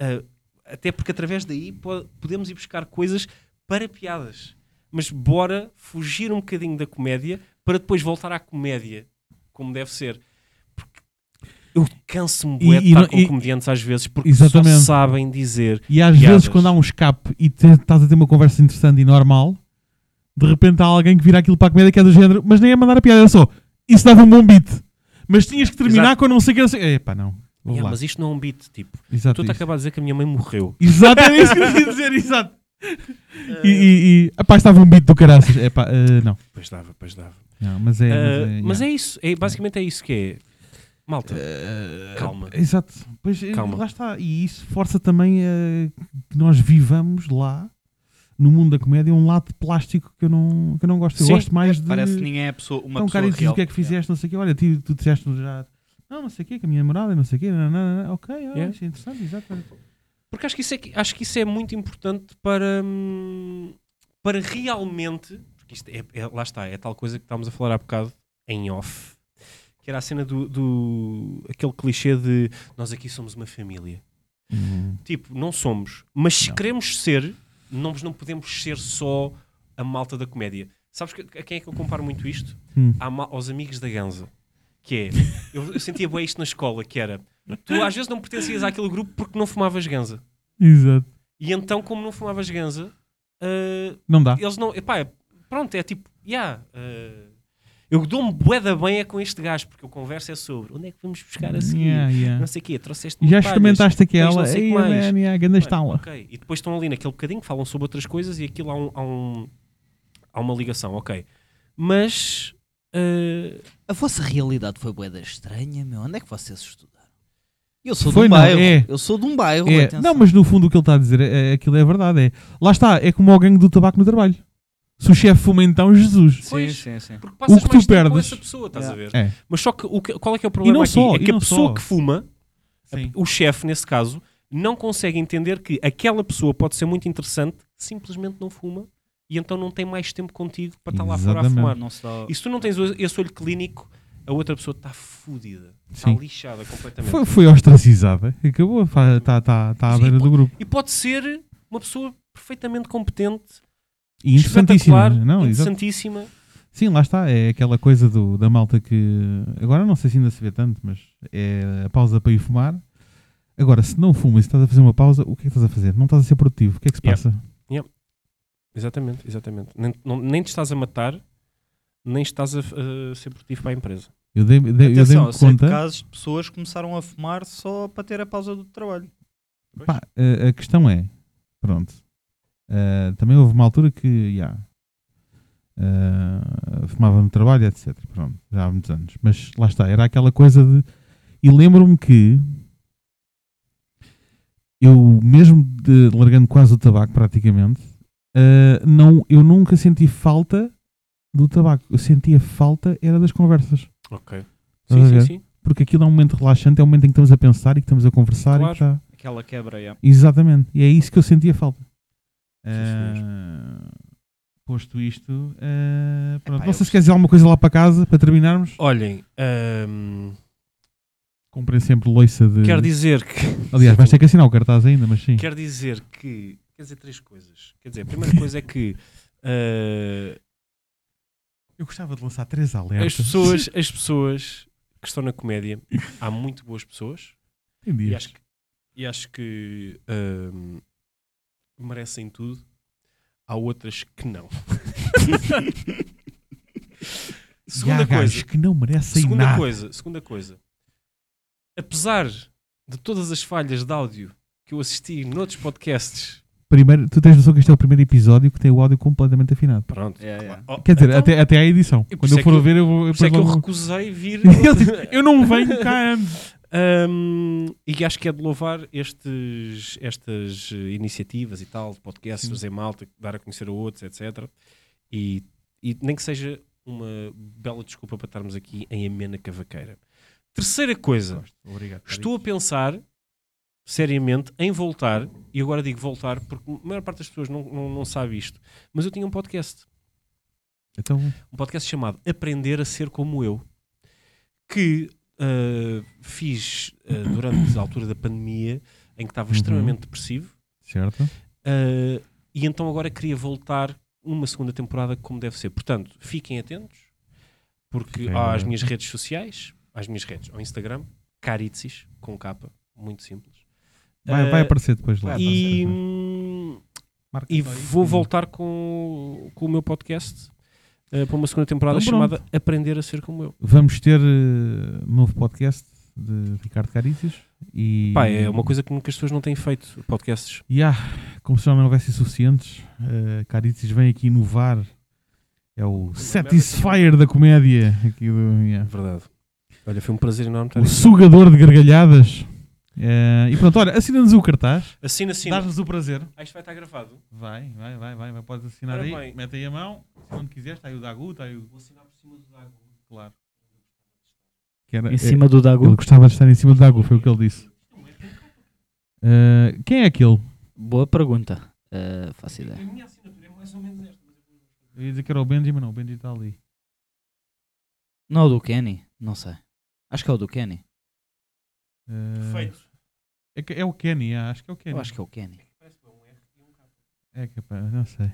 ah, até porque através daí po- podemos ir buscar coisas para piadas. Mas bora fugir um bocadinho da comédia para depois voltar à comédia, como deve ser. Porque eu canso-me
E-
bué de
e
estar
não-
com
e-
comediantes às vezes porque
Exatamente.
só sabem dizer
E às
piadas.
vezes, quando há um escape e te- estás a ter uma conversa interessante e normal, de repente há alguém que vira aquilo para a comédia que é do género, mas nem é mandar a piada, é só isso dava um bom beat, mas tinhas que terminar com não sei o que. não sei- Epá, não. Vou
"Yeah,
lá.
mas isto não é um beat, tipo,
Exato.
tu te
isso.
acabas de dizer que a minha mãe morreu.
Exato, era isso que eu queria dizer, exato. E, e, e epá, estava um beat do caraças. Epá, eh, não.
Pois dava, pois dava.
Não, mas é.
Ah,
mas é,
mas
yeah.
é isso, é, basicamente é isso que é. Malta, calma.
Exato. Pois, eh,
Calma.
lá está. E isso força também eh, que nós vivamos lá, no mundo da comédia, um lado de plástico que eu não, que eu não gosto. Eu
Sim,
gosto mais de...
Parece que ninguém é pessoa, uma
então,
pessoa
cara, e diz
real.
o que é que fizeste, não sei o quê. Olha, tu, tu disseste um já... Não, não sei o quê, que a minha namorada, não sei o quê. Não, não, não. Ok, olha,
Yeah.
isso é interessante, exato.
Porque acho que isso é, que- acho que isso é muito importante para, hum, para realmente. Porque isto é, é- lá está, é tal coisa que estávamos a falar há bocado em off. Que era a cena do, do- aquele clichê de nós aqui somos uma família.
Uhum.
Tipo, não somos, mas se
Não.
queremos ser, nós não podemos ser só a malta da comédia. Sabes que- a quem é que eu comparo muito isto?
Hum.
à ma- aos amigos da Ganza. Que é, eu, eu sentia bem isto na escola, que era, tu às vezes não pertencias àquele grupo porque não fumavas Ganza.
Exato.
E então, como não fumavas ganza, ah,
Não dá.
eles não. Epá, é- pronto, é tipo, yeah, ah, eu dou-me boeda bem é com este gajo, porque a conversa é sobre onde é que vamos buscar a
assim,
seguir.
Yeah, yeah.
Não sei o quê, trouxeste
Já experimentaste aquela?
sei o que
Ei,
mais.
man, yeah, ganda estala.
Ok, e depois estão ali naquele bocadinho, falam sobre outras coisas e aquilo há, um, há, um- há uma ligação, ok. Mas. ah,
A vossa realidade foi boeda estranha, meu. Onde é que vocês estudaram? Eu sou
Foi,
de um
não,
bairro.
é.
Eu sou de um bairro.
É,
atenção.
não, mas no fundo o que ele está a dizer, é, é- aquilo é verdade. É. Lá está, é como o gangue do tabaco no trabalho. Se o chefe fuma então, Jesus.
Sim,
Pois.
sim, sim.
porque passas
O que tu
mais tempo com
perdes.
essa pessoa, estás
Yeah.
a ver?
É.
Mas só que, o que- qual é que é o problema
não
aqui?
só,
é
e
que a
não
pessoa
só.
que fuma
Sim.
o chefe, nesse caso, não consegue entender que aquela pessoa pode ser muito interessante, simplesmente não fuma e então não tem mais tempo contigo para estar lá fora a
Exatamente.
fumar.
Não se dá...
E se tu não tens o- esse olho clínico, a outra pessoa está fodida, está
Sim.
lixada completamente.
Foi, foi ostracizada. Acabou, está tá, tá, tá à
Sim,
beira do grupo.
E pode ser uma pessoa perfeitamente competente,
E interessantíssima.
espetacular,
Não, exato.
interessantíssima.
Sim, lá está. É aquela coisa do, da malta que. Agora não sei se ainda se vê tanto, mas é a pausa para ir fumar. Agora, se não fumas e estás a fazer uma pausa, o que é que estás a fazer? Não estás a ser produtivo. O que é que se
Yeah.
passa?
Exatamente, exatamente. Nem, não- nem te estás a matar, nem estás a, a ser produtivo para a empresa.
Eu dei-me dei, eu
Atenção,
dei-me
eu sei de
conta.
casos de pessoas que começaram a fumar só para ter a pausa do trabalho.
Pá, a, a questão é, pronto, ah, também houve uma altura que, já, ah, fumava no trabalho, etc. Pronto, já há muitos anos. Mas lá está, era aquela coisa de... E lembro-me que eu, mesmo de- largando quase o tabaco praticamente, ah, não, eu nunca senti falta do tabaco. Eu sentia falta era das conversas.
Ok.
Estás
Sim,
a
sim,
ver?
sim.
Porque aquilo é um momento relaxante, é um momento em que estamos a pensar e que estamos a conversar e
Claro.
que está...
Aquela quebra, é.
Exatamente. E é isso que eu sentia falta.
senhor.
Ah, posto isto, ah, pronto.
Epá,
não
eu
sei se queres dizer alguma coisa lá para casa para terminarmos.
Olhem, hum,
Comprei sempre loiça de.
quero dizer que.
Aliás, vais ter que assinar o cartaz ainda, mas sim.
Quer dizer que. Quer dizer três coisas. Quer dizer, a primeira coisa é que. eh,
Eu gostava de lançar três
as,
alertas.
pessoas, as pessoas que estão na comédia, há muito boas pessoas
Tem dias.
e acho que, e acho que eh, merecem tudo. Há outras que não.
E
segunda
há gajos
coisa.
que não merecem
segunda
nada.
coisa. Segunda coisa. Apesar de todas as falhas de áudio que eu assisti noutros podcasts
primeiro, tu tens noção que este é o primeiro episódio que tem o áudio completamente afinado.
Pronto.
É, é.
Oh,
Quer dizer,
então,
até, até à edição.
E por
Quando
isso
eu
é
for
que
a ver, eu vou.
Por isso é que eu
depois logo-
recusei vir.
Ele diz, eu não venho cá antes.
Hum, e acho que é de louvar estes, estas eh, iniciativas e tal, de podcasts,
Sim.
fazer malta, dar a conhecer a outros, etc. E, e nem que seja uma bela desculpa para estarmos aqui em amena cavaqueira. Terceira coisa,
Obrigado.
estou a pensar seriamente em voltar, e agora digo voltar porque a maior parte das pessoas não, não, não sabe isto, mas eu tinha um podcast
Então,
um podcast chamado Aprender a Ser Como Eu, que ah, fiz ah, durante a altura da pandemia, em que estava
Uhum.
extremamente depressivo,
certo.
ah, e então agora queria voltar uma segunda temporada como deve ser. Portanto, fiquem atentos, porque
Fiquem
há as
atentos.
minhas redes sociais, às minhas redes, ao Instagram, Caritzis, com capa, muito simples.
Vai,
Ah,
vai aparecer depois lá.
vai
e,
Vai aparecer.
hum,
Marca
e
só isso.
vou voltar com, com o meu podcast ah, para uma segunda temporada
Então pronto.
chamada Aprender a Ser Como Eu.
Vamos ter eh, novo podcast de Ricardo Carícios. E,
Pá, é uma coisa como que as pessoas não têm feito, podcasts.
E há, como se já não houvessem suficientes, eh, Carícios vem aqui inovar. É o Satisfier da comédia. Aqui do, yeah.
Verdade. Olha, foi um prazer enorme estar
O
aqui.
sugador de gargalhadas. Eh, e pronto, olha, assina-nos o cartaz.
Assina, assina.
Dás-nos o prazer.
Ah, isto vai estar gravado.
Vai, vai, vai, vai, vai. Podes assinar
Ora
aí.
bem.
Mete aí a mão. Se onde quiser, está aí o Dagu, está aí o. Vou assinar por cima do Dagu. Claro. Que era-
Em cima do
é, ele
Dago.
gostava de estar em cima do Dagu, foi o que ele disse. Ah, quem é aquele?
Boa pergunta. Uh, faço ideia.
minha assinatura é mais ou menos esta.
Eu ia dizer que era o Benji, mas não, o Benji está ali.
Não, é o do Kenny? Não sei. Acho que é o do Kenny.
Ah,
Perfeito.
É, que- é o Kenny, ah, acho que é o Kenny.
Eu acho que é o Kenny.
É capaz, não sei.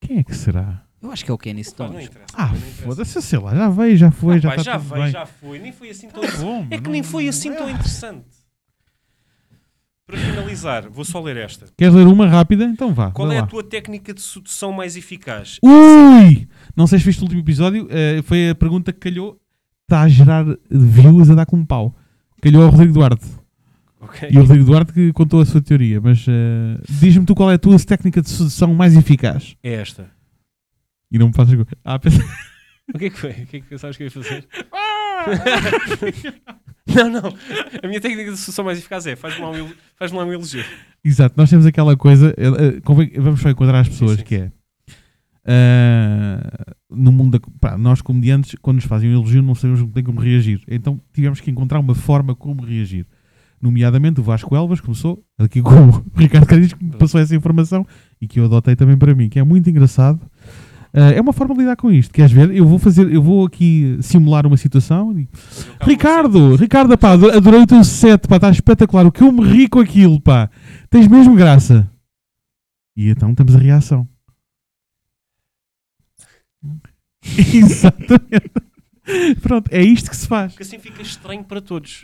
Quem é que será?
Eu acho que é o Kenny
Opa, não
Stones.
interessa.
Ah,
não interessa.
foda-se, sei lá, já veio, já foi, já
Pá,
está
já
tudo
veio,
bem.
já foi. Nem foi assim tão...
Bom,
É que
não-
nem foi assim tão
Ah.
interessante. Para finalizar, vou só ler esta.
Queres ler uma rápida? Então vá.
Qual
vê
é
lá.
a tua técnica de sedução mais eficaz?
Ui! Não sei se viste o último episódio, eh, foi a pergunta que calhou. Está a gerar views a dar com um pau. Calhou ao Rodrigo Duarte.
Ok.
E o Rodrigo Duarte que contou a sua teoria, mas eh, diz-me tu qual é a tua técnica de sedução mais eficaz.
É esta.
E não me faças. go- Ah, pensa...
O que é que foi? O que é que pensavas que eu ia fazer? Ah! não, não. A minha técnica de sedução mais eficaz é faz-me lá um el- faz-me lá um elogio.
Exato, nós temos aquela coisa. eh, eh, convém- vamos só enquadrar as pessoas,
sim,
que é. eh, no mundo da, pá, nós comediantes quando nos fazem um elogio não sabemos muito bem como reagir então tivemos que encontrar uma forma como reagir nomeadamente o Vasco Elvas começou aqui com o Ricardo Carinhos que me passou essa informação e que eu adotei também para mim, que é muito engraçado. Ah, é uma forma de lidar com isto. Queres ver? Eu vou fazer, eu vou aqui simular uma situação. e- Ricardo, Ricardo, pá, ado- adorei o teu set, pá, está espetacular. O que eu me ri com aquilo, pá. Tens mesmo graça. E então temos a reação. Exatamente. Pronto, é isto que se faz.
Porque assim fica estranho para todos.